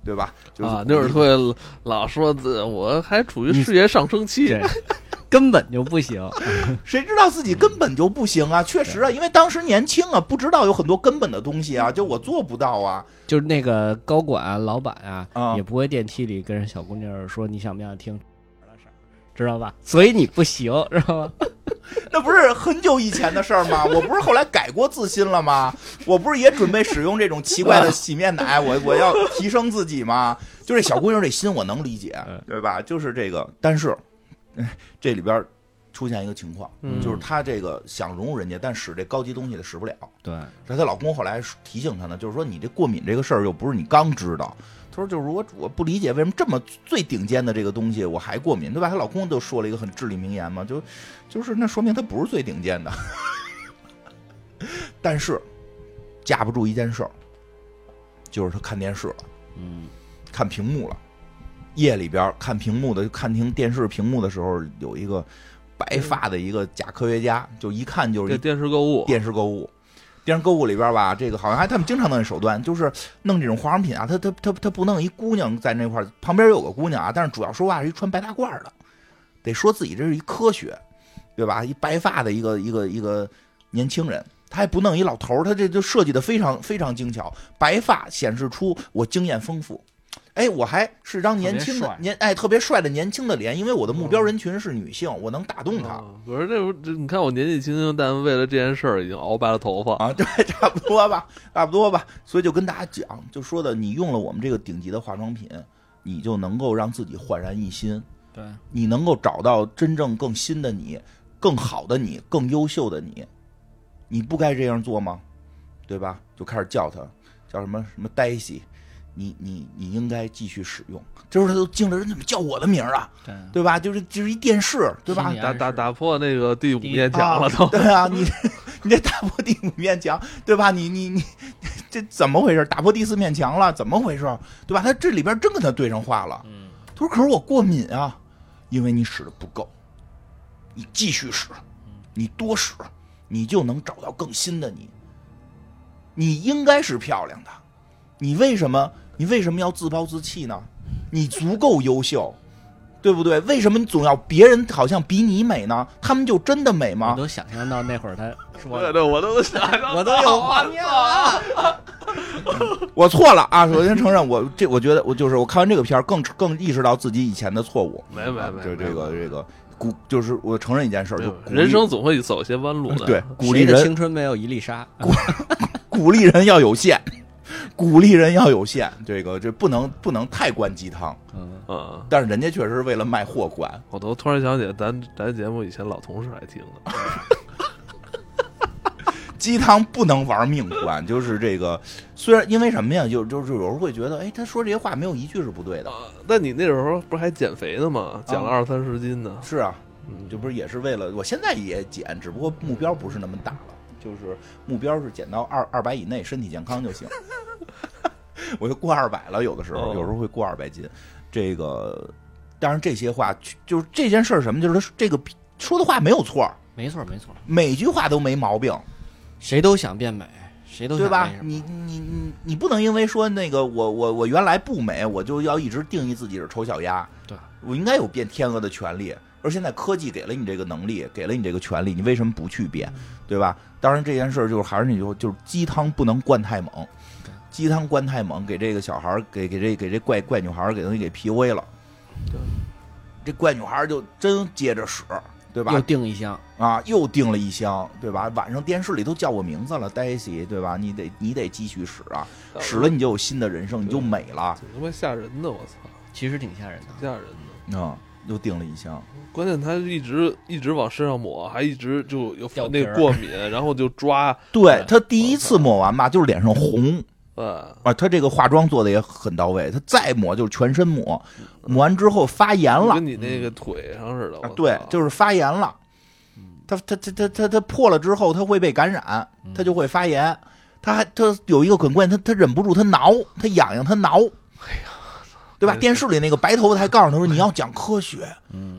对吧？就是
啊，那会儿特别老说自我还处于
你
事业上升期，
对， 根本就不行。
谁知道自己根本就不行啊？确实啊，因为当时年轻啊，不知道有很多根本的东西啊，就我做不到啊。
就是那个高管啊、老板啊，
啊
也不会电梯里跟人小姑娘说你想不想听，知道吧？所以你不行，知道吗？
那不是很久以前的事儿吗？我不是后来改过自新了吗？我不是也准备使用这种奇怪的洗面奶，我我要提升自己吗？就这小姑娘这心我能理解
嗯，
对吧？就是这个，但是哎这里边出现一个情况，
嗯
就是她这个想融入人家，但使这高级东西的使不了。
对，
然后她老公后来提醒她呢，就是说你这过敏这个事儿又不是你刚知道。她说就是我我不理解为什么这么最顶尖的这个东西我还过敏，对吧？她老公就说了一个很至理名言嘛，就就是那说明她不是最顶尖的。 但是架不住一件事儿，就是她看电视了，
嗯，
看屏幕了。夜里边儿看屏幕的，看听电视屏幕的时候，有一个白发的一个假科学家，就一看就是
这
一
电视购物，
电视购物。电视购物里边吧，这个好像还他们经常弄这手段，就是弄这种化妆品啊，他他他他不弄一姑娘在那块儿，旁边有个姑娘啊，但是主要说话是一穿白大褂的，得说自己这是一科学，对吧？一白发的一个一个一个年轻人，他还不弄一老头儿，他这就设计的非常非常精巧，白发显示出我经验丰富。哎，我还是张年轻
特别
的
帅嗯
年哎特别帅的年轻的脸，因为我的目标人群是女性，我能打动她。
啊我说这不这，你看我年纪轻轻，但为了这件事儿已经熬白了头发。
啊，对， 差不多吧，差不多吧。所以就跟大家讲，就说的你用了我们这个顶级的化妆品，你就能够让自己焕然一新，
对，
你能够找到真正更新的你、更好的你、更优秀的你。你不该这样做吗？对吧？就开始叫他，叫什么什么黛西，你你你应该继续使用。这时候他都惊了，人怎么叫我的名儿啊？
对，
对吧？就是就是一电视，对吧
心里？
打打
暗示
打破那个第五
第
面墙了
啊
都，
对啊，你你这打破第五面墙，对吧？你你你这怎么回事？打破第四面墙了，怎么回事？对吧？他这里边真跟他对上话了。
嗯，
他说：“可是我过敏啊，因为你使的不够，你继续使，你多使，你就能找到更新的你。你应该是漂亮的，你为什么你为什么要自暴自弃呢？你足够优秀。”对不对？为什么你总要别人好像比你美呢？他们就真的美吗
我？都想象到那会儿他说
对对，我都想到，
我都有画面了，
我错了啊！首先承认我这，我觉得我就是我看完这个片儿更更意识到自己以前的错误。啊
没没没，
就这个
没
这个鼓，就是我承认一件事儿，
没
就
有
鼓励嗯
人生总会走些弯路的。
对鼓励
谁的
人
青春没有一粒沙，
鼓励人要有限，鼓励人要有限，这个这不能不能太灌鸡汤。
嗯，
嗯，
但是人家确实是为了卖货灌，
我都突然想起来咱咱节目以前老同事还听呢。
鸡汤不能玩命灌，就是这个虽然因为什么呀，就就是有时候会觉得，哎，他说这些话没有一句是不对的。
啊那你那时候不是还减肥呢吗？减了
啊
二三十斤呢。
是啊，
嗯
这不是也是为了我现在也减，只不过目标不是那么大了，就是目标是减到二二百以内，身体健康就行。 我就过二百了，有的时候
哦
有时候会过二百斤。这个，当然这些话就是这件事儿什么，就是这个说的话没有错儿，
没错没错，
每句话都没毛病，
谁都想变美，谁都想
对吧
那？什么
你你你你不能因为说那个我我我原来不美，我就要一直定义自己是丑小鸭。
对，
我应该有变天鹅的权利。而现在科技给了你这个能力，给了你这个权利，你为什么不去变，
嗯
对吧？当然这件事儿就是还是那句话，就是鸡汤不能灌太猛，鸡汤灌太猛，给这个小孩儿，给给这给这怪怪女孩儿，给东西给 PUA 了。
对，
这怪女孩儿就真接着使，对吧？
又订一箱，
啊，又订了一箱，对吧？晚上电视里都叫我名字了，Daisy，对吧？你得你得继续使啊，使了你就有新的人生，你就美了啊、
挺他妈吓人的，我操，
其实挺吓人的。
吓人的。
嗯！又订了一箱，
关键他一直一直往身上抹，还一直就有
掉皮
那
儿
过敏，然后就抓，
对他第一次抹完吧，就是脸上红
呃，
啊，他这个化妆做的也很到位，他再抹就是全身抹，抹完之后发炎
就
了嗯
跟你那个腿上似的。
啊
我，
对
操，嗯
就是发炎了。它它它它它它破了之后，它会被感染，
嗯
它就会发炎。它还它有一个很关键，它它忍不住它挠，它痒痒它挠。对吧？
哎真是嗯
电视里那个白头发还告诉他说：“你要讲科学，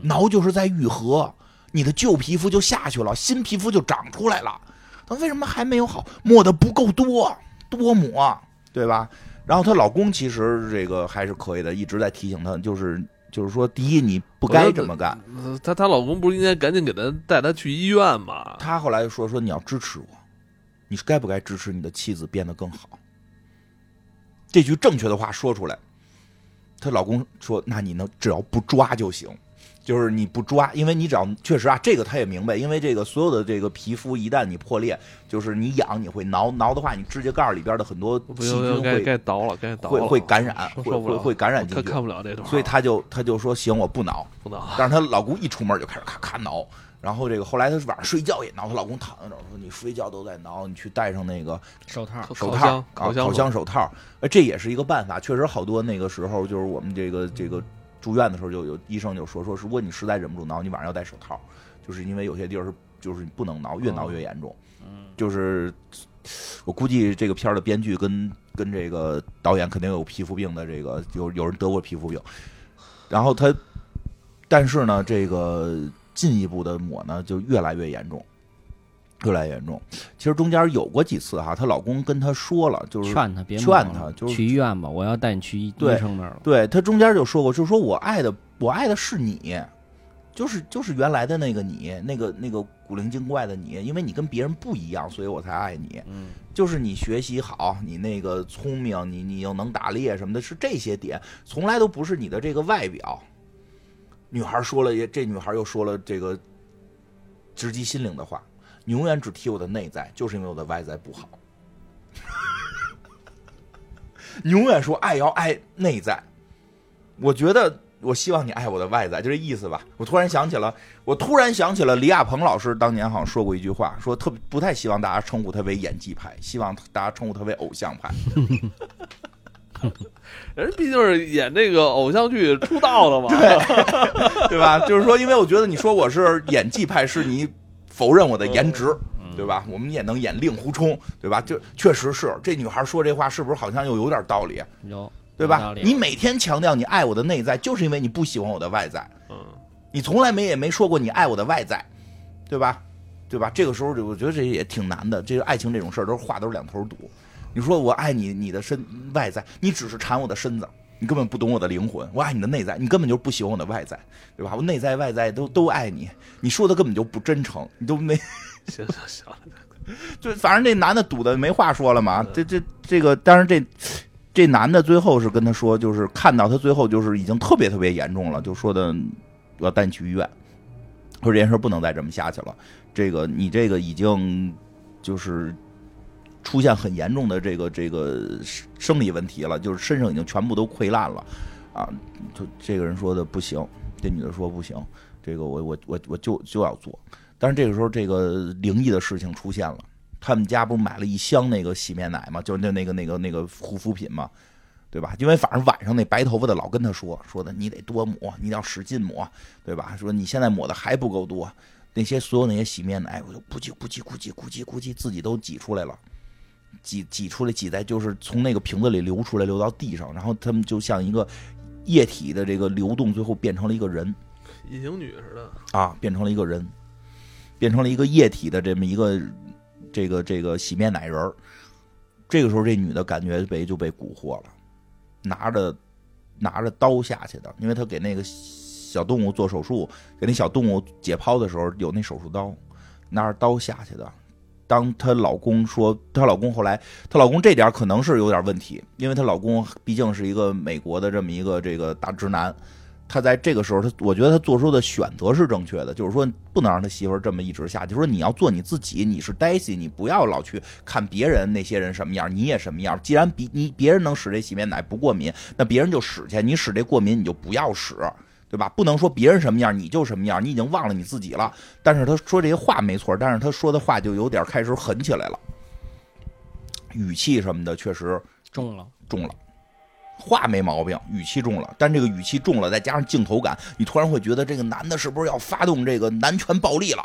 挠就是在愈合，你的旧皮肤就下去了，新皮肤就长出来了。他为什么还没有好？抹的不够多，多抹，对吧？然后她老公其实这个还是可以的，一直在提醒她，就是就是说，第一你不该这么干。
呃她她老公不是应该赶紧给她带她去医院吗？
她后来说说你要支持我，你该不该支持你的妻子变得更好？这句正确的话说出来，她老公说：“那你能只要不抓就行，就是你不抓，因为你只要确实啊，这个她也明白，因为这个所有的这个皮肤一旦你破裂，就是你痒你会挠，挠的话你指甲盖儿里边的很多
不
细
行，不行
菌
该
会
该倒了，该倒
会
了，
会感染，
受
啊会
不
会
了
会感染进
看
去
看，不了这段儿，啊
所以她就她就说行，我不挠。”
不能。啊
但是她老公一出门就开始咔咔挠，然后这个后来她晚上睡觉也挠，她老公躺在那儿说：“你睡觉都在挠，你去戴上那个
手套
烤
啊手
烤
套
箱、
烤
箱
烤箱手套。”呃，这也是一个办法，确实好多那个时候就是我们这个这个住院的时候就有医生就说说，如果你实在忍不住挠，你晚上要戴手套，就是因为有些地儿是就是你不能挠，越挠越严重。就是我估计这个片儿的编剧跟跟这个导演肯定有皮肤病的，这个有有人得过皮肤病，然后他，但是呢，这个进一步的抹呢就越来越严重，越来越严重。其实中间有过几次哈，她老公跟她说了，就是
劝他别
劝
摸
她
了
就是
去医院吧，我要带你去医
对
医生那儿了。
对她中间就说过，就说我爱的我爱的是你。就是就是原来的那个你，那个那个古灵精怪的你，因为你跟别人不一样，所以我才爱你。
嗯，
就是你学习好，你那个聪明，你你又能打猎什么的，是这些点，从来都不是你的这个外表。女孩说了也，这女孩又说了这个直击心灵的话：你永远只提我的内在，就是因为我的外在不好。 你永远说爱要爱内在，我觉得我希望你爱我的外在，就这意思吧。我突然想起了，我突然想起了李亚鹏老师当年好像说过一句话，说特别不太希望大家称呼他为演技派，希望大家称呼他为偶像 派。
人毕竟是演这个偶像剧出道 的嘛，对，
对吧？就是说，因为我觉得你说我是演技派，是你否认我的颜值，对吧？
嗯
我们也能演令狐冲，对吧？就确实是这女孩说这话，是不是好像又有点道理，
有
对
有道
吧？
理
你每天强调你爱我的内在，就是因为你不喜欢我的外在，
嗯，
你从来没也没说过你爱我的外在，对吧？对吧？这个时候就我觉得这也挺难的，这个爱情这种事儿都是话都是两头堵。你说我爱你，你的身外在，你只是馋我的身子，你根本不懂我的灵魂；我爱你的内在，你根本就不喜欢我的外在，对吧？我内在外在都都爱你，你说的根本就不真诚，你都没
行行行，
就反正这男的堵的没话说了嘛。这这这个，当然这这男的最后是跟他说，就是看到他最后就是已经特别特别严重了，就说的我要带你去医院，说这件事不能再这么下去了，这个你这个已经就是。出现很严重的这个这个生理问题了，就是身上已经全部都溃烂了，啊，就这个人说的不行，这女的说不行，这个我我我我就就要做，但是这个时候这个灵异的事情出现了。他们家不是买了一箱那个洗面奶嘛，就是那那个那个那个护肤品嘛，对吧？因为反正晚上那白头发的老跟他说说的，你得多抹，你要使劲抹，对吧？说你现在抹的还不够多，那些所有那些洗面奶，哎我就咕叽咕叽咕叽咕叽咕叽自己都挤出来了。挤挤出来，挤在就是从那个瓶子里流出来，流到地上，然后他们就像一个液体的这个流动，最后变成了一个人。
隐形女似的，
啊，变成了一个人，变成了一个液体的这么一个这个这个洗面奶人儿。这个时候，这女的感觉被就被蛊惑了，拿着拿着刀下去的，因为她给那个小动物做手术，给那小动物解剖的时候有那手术刀，拿着刀下去的。当她老公说，她老公后来，她老公这点儿可能是有点问题，因为她老公毕竟是一个美国的这么一个这个大直男，他在这个时候，他我觉得他做出的选择是正确的，就是说不能让他媳妇儿这么一直下去，就是说你要做你自己，你是 Daisy，你不要老去看别人那些人什么样，你也什么样。既然比你别人能使这洗面奶不过敏，那别人就使去，你使这过敏你就不要使，对吧？不能说别人什么样你就什么样，你已经忘了你自己了。但是他说这些话没错，但是他说的话就有点开始狠起来了，语气什么的确实
中了，
中了，话没毛病，语气中了，但这个语气中了，再加上镜头感，你突然会觉得这个男的是不是要发动这个男权暴力了？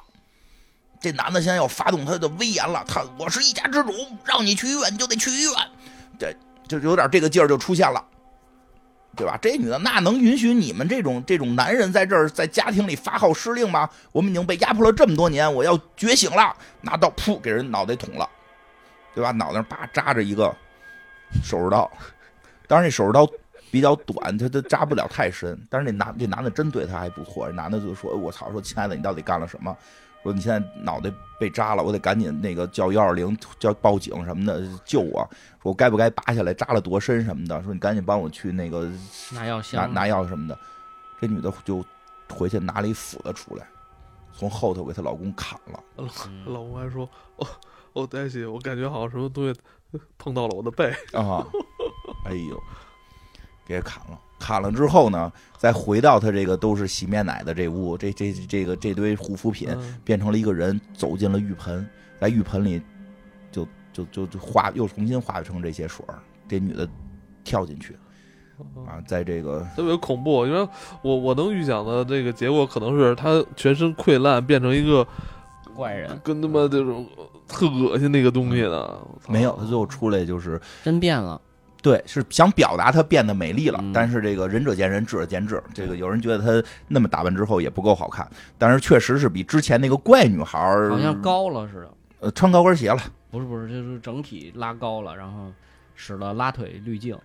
这男的现在要发动他的威严了，他我是一家之主，让你去医院你就得去医院，这就有点这个劲儿就出现了。对吧？这女的那能允许你们这种这种男人在这儿在家庭里发号施令吗？我们已经被压迫了这么多年，我要觉醒了！拿刀噗给人脑袋捅了，对吧？脑袋上叭扎着一个手术刀，当然这手术刀比较短，他他扎不了太深。但是那男这男的真对他还不错，这男的就说：“我操！说亲爱的，你到底干了什么？说你现在脑袋被扎了，我得赶紧那个叫幺二零，叫呃报警什么的救我。说我该不该拔下来？扎了多深什么的？说你赶紧帮我去那个
拿药
拿
箱，
拿药什么的。这女的就回去拿了一斧子出来，从后头给她老公砍了。嗯
嗯
老公还说：“哦，哦，黛西，我感觉好像什么东西呃碰到了我的 背。
啊，哎呦，给砍了。砍了之后呢，再回到他这个都是洗面奶的这屋，这这这个这堆护肤品
嗯
变成了一个人走进了浴盆，在浴盆里就就就就化又重新化成这些水儿。这女的跳进去”啊，在这个
哦
特别恐怖，因为我我能预想的这个结果可能是他全身溃烂，变成一个
怪人
跟他妈这种呃特恶心那个东西的。我操
嗯没有，她最后出来就是
真变了，
对，是想表达她变得美丽了，
嗯
但是这个仁者见仁，智者见智。这个有人觉得她那么打扮之后也不够好看，但是确实是比之前那个怪女孩儿
好像高了似的。
呃穿高跟鞋了，
不是不是，就是整体拉高了，然后使了拉腿滤镜。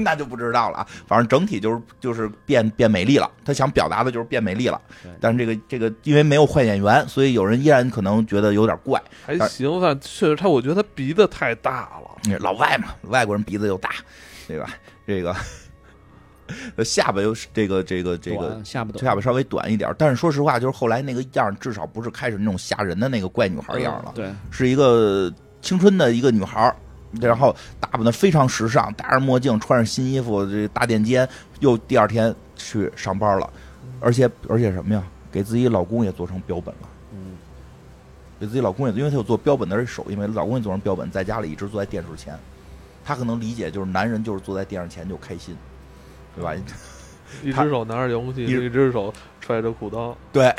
那就不知道了啊。反正整体就是就是变变美丽了，她想表达的就是变美丽了
对。
但是这个这个因为没有换演员，所以有人依然可能觉得有点怪。
还行，但确实他，我觉得他鼻子太大了。
嗯老外嘛，外国人鼻子又大，对吧？这个下巴又是这个这个这个
短下巴短，
下巴稍微短一点儿，但是说实话，就是后来那个样儿至少不是开始那种吓人的那个怪女孩儿样儿了，
对，
是一个青春的一个女孩儿，然后打扮的非常时尚，戴着墨镜，穿着新衣服，这大垫肩，又第二天去上班了，而且而且什么呀，给自己老公也做成标本了。
嗯，
给自己老公也，因为她有做标本的这手艺嘛，因为老公也做成标本，在家里一直坐在电视前，她可能理解就是男人就是坐在电视前就开心，对吧？
一只手拿着遥控器，
一
一只手揣着裤裆，
对，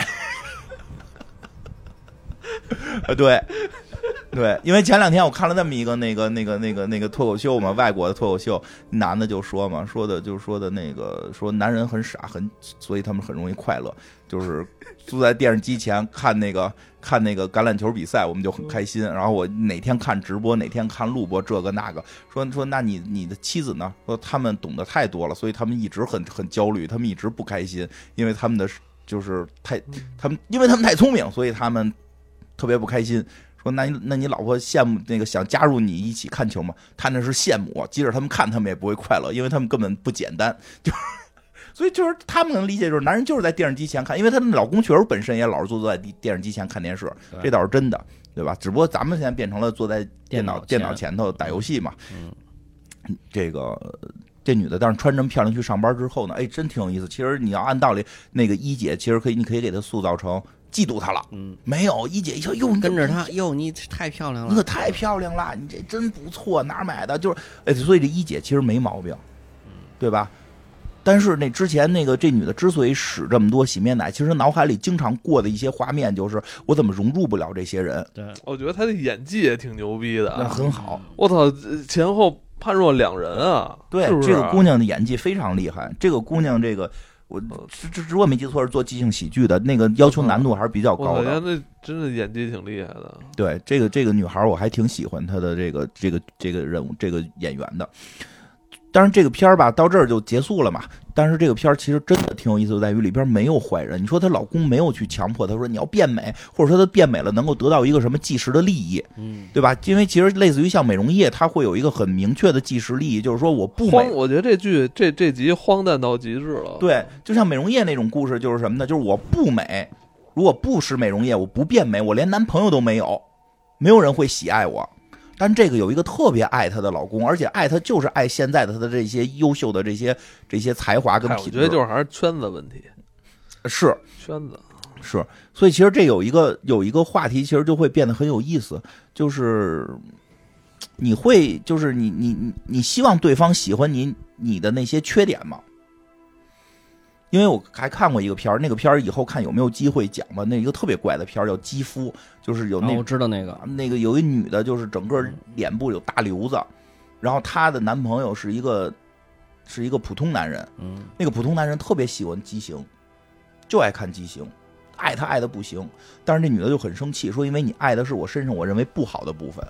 呃，对，对，因为前两天我看了那么一个那个那个那个那个脱口秀嘛，外国的脱口秀，男的就说嘛，说的就是说的那个说男人很傻，很所以他们很容易快乐，就是坐在电视机前看那个看那个橄榄球比赛，我们就很开心。然后我哪天看直播，哪天看录播，这个那个，说说那你你的妻子呢？说他们懂得太多了，所以他们一直很很焦虑，他们一直不开心，因为他们的就是太他们，因为他们太聪明，所以他们特别不开心。说那你那你老婆羡慕那个想加入你一起看球吗？他那是羡慕，啊即使他们看，他们也不会快乐，因为他们根本不简单， 就是。所以就是他们能理解，就是男人就是在电视机前看，因为她的老公确实本身也老是坐在地电视机前看电视，
对
这倒是真的，对吧？只不过咱们现在变成了坐在电脑
电
电
脑
脑前头打游戏嘛。
嗯，
这个呃这女的，但是穿这么漂亮去上班之后呢，哎，真挺有意思。其实你要按道理，那个一姐其实可以，你可以给她塑造成嫉妒她了。
嗯，
没有，一姐一瞧，哟，你
跟着他，哟，你太漂亮
你可
了，
太漂亮了，你这真不错，哪儿买的？就是，哎，所以这一姐其实没毛病，
嗯
对吧？但是那之前那个这女的之所以使这么多洗面奶，其实脑海里经常过的一些画面就是我怎么融入不了这些人，
对，
我觉得他的演技也挺牛逼的
那
啊。
很好。
我操，这前后判若两人啊！
对，
是不是
这个姑娘的演技非常厉害。这个姑娘，这个我
嗯
这这如果没记错是做即兴喜剧的，那个要求难度还是比较
我操，
高的
人。家那真的演技挺厉害的。
对，这个这个女孩儿我还挺喜欢她的这个这个这个任务这个演员的。但是这个片儿吧，到这儿就结束了嘛。但是这个片儿其实真的挺有意思，的，在于里边没有坏人。你说她老公没有去强迫她说你要变美，或者说她变美了能够得到一个什么即时的利益，
嗯，
对吧？因为其实类似于像美容业，它会有一个很明确的即时利益，就是说我不美
荒，我觉得这剧这这集荒诞到极致了。
对，就像美容液那种故事，就是什么呢？就是我不美，如果不施美容液，我不变美，我连男朋友都没有，没有人会喜爱我。但这个有一个特别爱她的老公，而且爱她就是爱现在的她的这些优秀的这些这些才华跟
哎，我
品质。
觉得就是还是圈子问题，
是
圈子。
是，所以其实这有一个有一个话题，其实就会变得很有意思，就是你会就是你你你你希望对方喜欢你你的那些缺点吗？因为我还看过一个片儿，那个片儿以后看有没有机会讲吧。那一个特别怪的片儿叫《肌肤》，就是有
啊
那
我知道那个，
那个有一女的，就是整个脸部有大瘤子，然后她的男朋友是一个是一个普通男人，
嗯，
那个普通男人特别喜欢畸形，就爱看畸形，爱她爱的不行。但是这女的就很生气，说因为你爱的是我身上我认为不好的部分，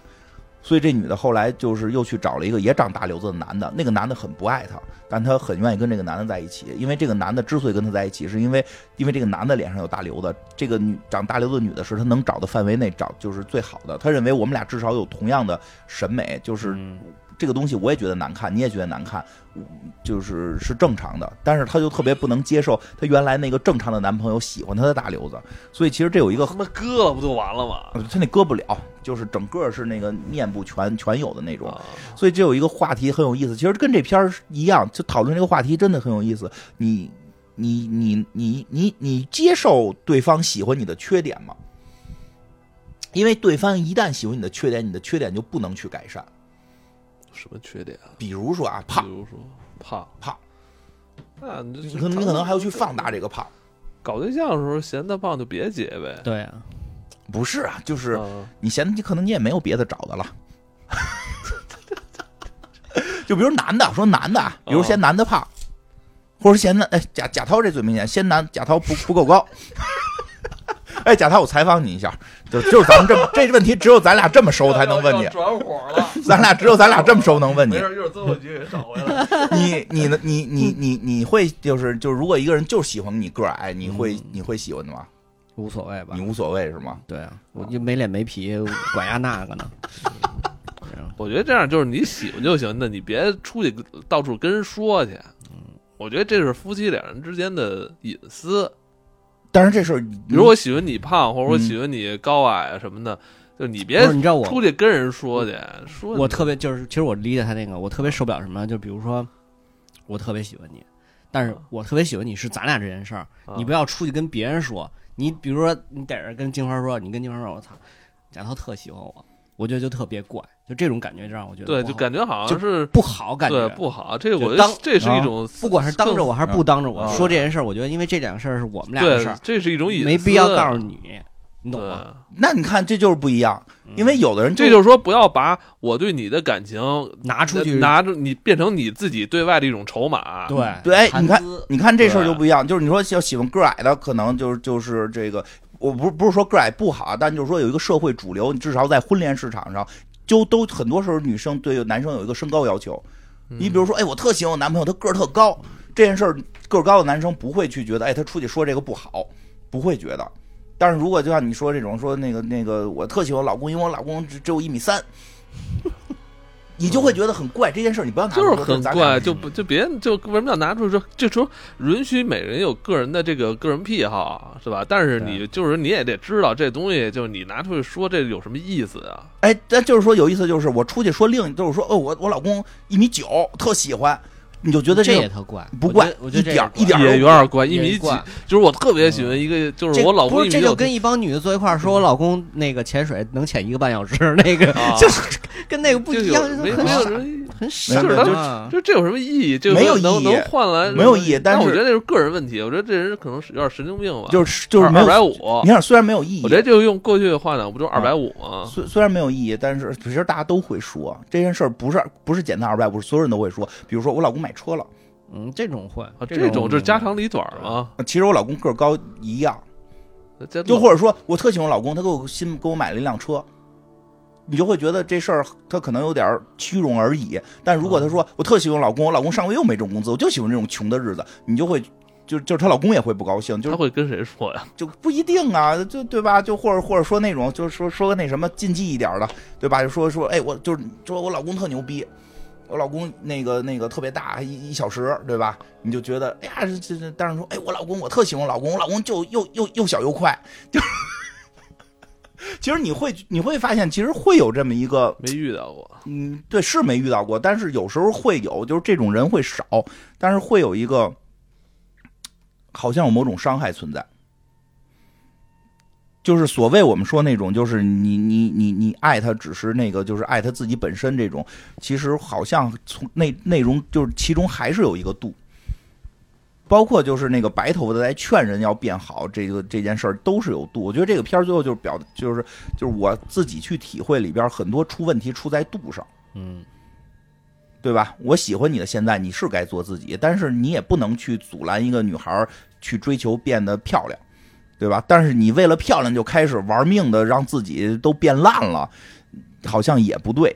所以这女的后来就是又去找了一个也长大瘤子的男的，那个男的很不爱她，但她很愿意跟这个男的在一起，因为这个男的之所以跟她在一起，是因为因为这个男的脸上有大瘤子，这个女长大瘤子的女的是他能找的范围内找就是最好的，他认为我们俩至少有同样的审美，就是
嗯
这个东西我也觉得难看，你也觉得难看，嗯就是是正常的。但是她就特别不能接受她原来那个正常的男朋友喜欢她的大瘤子，所以其实这有一个
他，妈割了不就完了吗？
呃她那割不了，就是整个是那个面部全全有的那种。
啊，
所以这有一个话题很有意思，其实跟这片儿一样，就讨论这个话题真的很有意思。你你你你你你接受对方喜欢你的缺点吗？因为对方一旦喜欢你的缺点，你的缺点就不能去改善。
什么缺点啊？
比如说啊，胖
比，如说胖
胖，
那你
你
这
可能你可能还要去放大这个胖。
搞对象的时候嫌他胖就别结呗。
对啊，
不是啊，就是
啊，
你嫌你可能你也没有别的找的了。 就比如男的说男的，啊，比如嫌男的胖，或者嫌男哎贾贾涛这最明显，嫌男贾涛不不够高。 哎，贾涛，我采访你一下，就就是咱们这么这问题，只有咱俩这么熟才能问 你，
转火了，
咱俩只有咱俩这么熟能问你
没。事，一会儿最后局给找回来。
你你呢？你你你你会就是就是，如果一个人就喜欢你个儿矮，你会你会喜欢的吗？
无所谓吧
你，无所谓是吗？
对啊，我就没脸没皮， 管压那个呢，
我觉得这样就是你喜欢就行，那你别出去到处跟人说去。
嗯
我觉得这是夫妻两人之间的隐私。
但是这事儿
比
嗯
如我喜欢你胖，或者我
嗯
喜欢你高矮啊什么的，就你别
不是你知道我嗯
出去跟人说去。说你
我特别就是，其实我理解他那个，我特别受不了什么，就比如说，我特别喜欢你，但是我特别喜欢你是咱俩这件事儿，
啊
你不要出去跟别人说。你比如说，你逮着跟金花说，你跟金花说，我操，贾涛特喜欢我，我觉得就特别怪，就这种感觉就让我觉得
啊对，
不
就
好
感觉好像是
不好感觉
对不好。这个
就
我觉
当啊
得这是一种，
不管是当着我还是不当着我
啊
说这件事儿，我觉得因为这两个事儿是我们俩的
对
事儿，，
这是一种隐私，啊
没必要告诉你，你懂吗？
对。
那你看，这就是不一样，因为有的人
这就是说，不要把我对你的感情
拿出去
拿着你变成你自己对外的一种筹码。
对哎
对，
谈
你看
资，
你看这事儿
对
就不一样，就是你说要喜欢个儿矮的，可能就是就是这个，我不是不是说个儿矮不好，啊但就是说有一个社会主流，你至少在婚恋市场上，就都很多时候女生对男生有一个身高要求。
嗯
你比如说，哎，我特喜欢我男朋友，他个儿特高，这件事儿个儿高的男生不会去觉得，哎，他出去说这个不好，不会觉得。但是如果就像你说这种说那个那个，我特喜欢我老公，因为我老公只只有一米三， 你就会觉得很怪。这件事儿你不要拿出
就
来
是
说
很
咱俩
怪，就不就别就为什么要拿出这这时候允许每人有个人的这个个人癖好是吧？但是你就是你也得知道这东西，就是你拿出去说这有什么意思啊？
哎，但就是说有意思，就是我出去说另，就是说，哦，我我老公一米九，特喜欢，你就觉得
这
这
也
个
特怪，
不
我
怪
觉得我觉得这
一点儿
也
也
一点儿
怪
有点怪，一
也
米几
怪，
就是我特别喜
嗯
欢一个，就是
这
我老
不
公一
是
米
这
九
就，跟一帮女的坐一块儿说，我老公那个潜水能潜一个半小时， 那个
啊
就是跟那个不
就
一
有
样，
没
很
没有
傻，
人。
很傻
没有就
嘛。
就这有什么意义？这
没有
能
意义
能换来
没有意义但是
我觉得这是个人问题。我觉得这人可能是有点神经病吧。
就是就是没
二百
有。
五，
你想，虽然没有意义
我，这就用过去的话呢，不就二百五吗？
虽虽然没有意义，但是其实大家都会说这件事儿不是不是简单二百五，所有人都会说。比如说我老公买车了，
嗯，这种会
啊，这种就是家长里短嘛，
其实我老公个儿高一样，
这
就或者说我特喜欢我老公，他给我新给我买了一辆车。你就会觉得这事儿他可能有点儿虚荣而已，但如果他说我特喜欢我老公，我老公上个月又没挣工资，我就喜欢这种穷的日子，你就会就就是她老公也会不高兴，就是
他会跟谁说呀？
就不一定啊，就对吧？就或者或者说那种，就是说说个那什么禁忌一点的，对吧？就说说，哎，我就是说我老公特牛逼，我老公那个那个特别大，一一小时，对吧？你就觉得，哎呀，这这，这但是说，哎，我老公我特喜欢我老公，我老公就又又又小又快，就其实你会你会发现，其实会有这么一个
没遇到过，
嗯，对，是没遇到过，但是有时候会有，就是这种人会少，但是会有一个，好像有某种伤害存在，就是所谓我们说那种，就是你你你你爱他，只是那个就是爱他自己本身这种，其实好像从内内容就是其中还是有一个度，包括就是那个白头发的在劝人要变好，这个这件事儿都是有度。我觉得这个片儿最后就是表，就是就是我自己去体会里边儿很多出问题出在度上，
嗯，
对吧？我喜欢你的现在，你是该做自己，但是你也不能去阻拦一个女孩儿去追求变得漂亮，对吧？但是你为了漂亮就开始玩命的让自己都变烂了，好像也不对。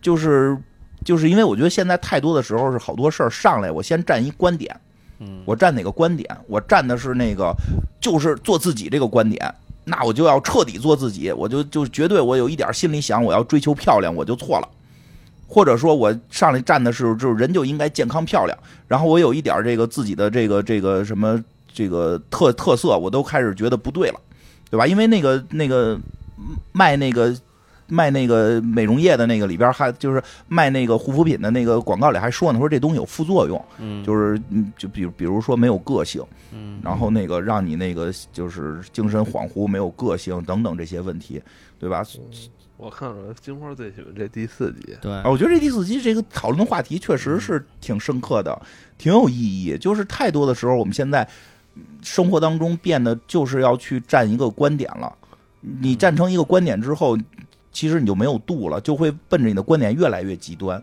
就是就是因为我觉得现在太多的时候是好多事儿上来，我先站一观点，
嗯，
我站哪个观点？我站的是那个就是做自己这个观点。那我就要彻底做自己，我就就绝对我有一点心里想我要追求漂亮，我就错了。或者说我上来站的是就是人就应该健康漂亮，然后我有一点这个自己的这个这个什么这个特特色，我都开始觉得不对了，对吧？因为那个那个嗯卖那个卖那个美容液的那个里边还就是卖那个护肤品的那个广告里还说呢，说这东西有副作用，
嗯
就是嗯就比如比如说没有个性，
嗯
然后那个让你那个就是精神恍惚、没有个性等等这些问题，对吧？
我看了金花最喜欢这第四集，
对
啊，，我觉得这第四期这个讨论的话题确实是挺深刻的，挺有意义。就是太多的时候，我们现在嗯生活当中变得就是要去站一个观点了。你站成一个观点之后，其实你就没有度了，就会奔着你的观点越来越极端，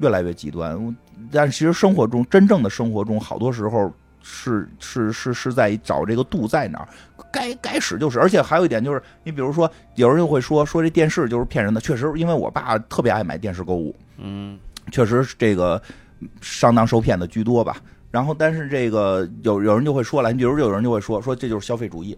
越来越极端。我但是其实生活中，真正的生活中，好多时候是是是是在找这个度在哪儿，该该使就使。而且还有一点就是，你比如说，有人就会说说这电视就是骗人的，确实，因为我爸特别爱买电视购物，
嗯
确实是这个嗯上当受骗的居多吧。然后，但是这个有有人就会说了，你比如有人就会说说这就是消费主义，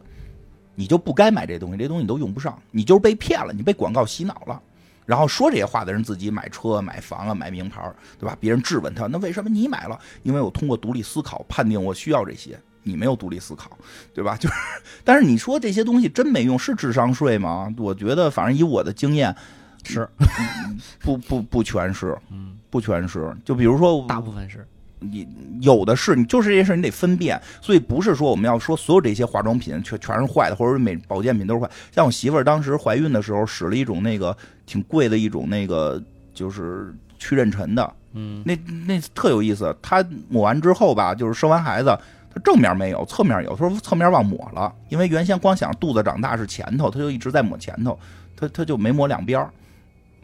你就不该买这东西，这东西你都用不上，你就是被骗了，你被广告洗脑了。然后说这些话的人自己买车、买房啊、买名牌儿，对吧？别人质问他，那为什么你买了？因为我通过独立思考判定我需要这些，你没有独立思考，对吧？ 就是，但是你说这些东西真没用，是智商税吗？我觉得，反正以我的经验，嗯
是
不不不全是，
嗯，
不全是。就比如说，
大部分是
你有的是，你就是这些事儿你得分辨，所以不是说我们要说所有这些化妆品全全是坏的，或者美保健品都是坏。像我媳妇儿当时怀孕的时候，使了一种那个挺贵的一种那个就是去妊娠的，
嗯
那那特有意思。她抹完之后吧，就是生完孩子，她正面没有，侧面有。她说侧面忘抹了，因为原先光想肚子长大是前头，她就一直在抹前头，她她就没抹两边儿。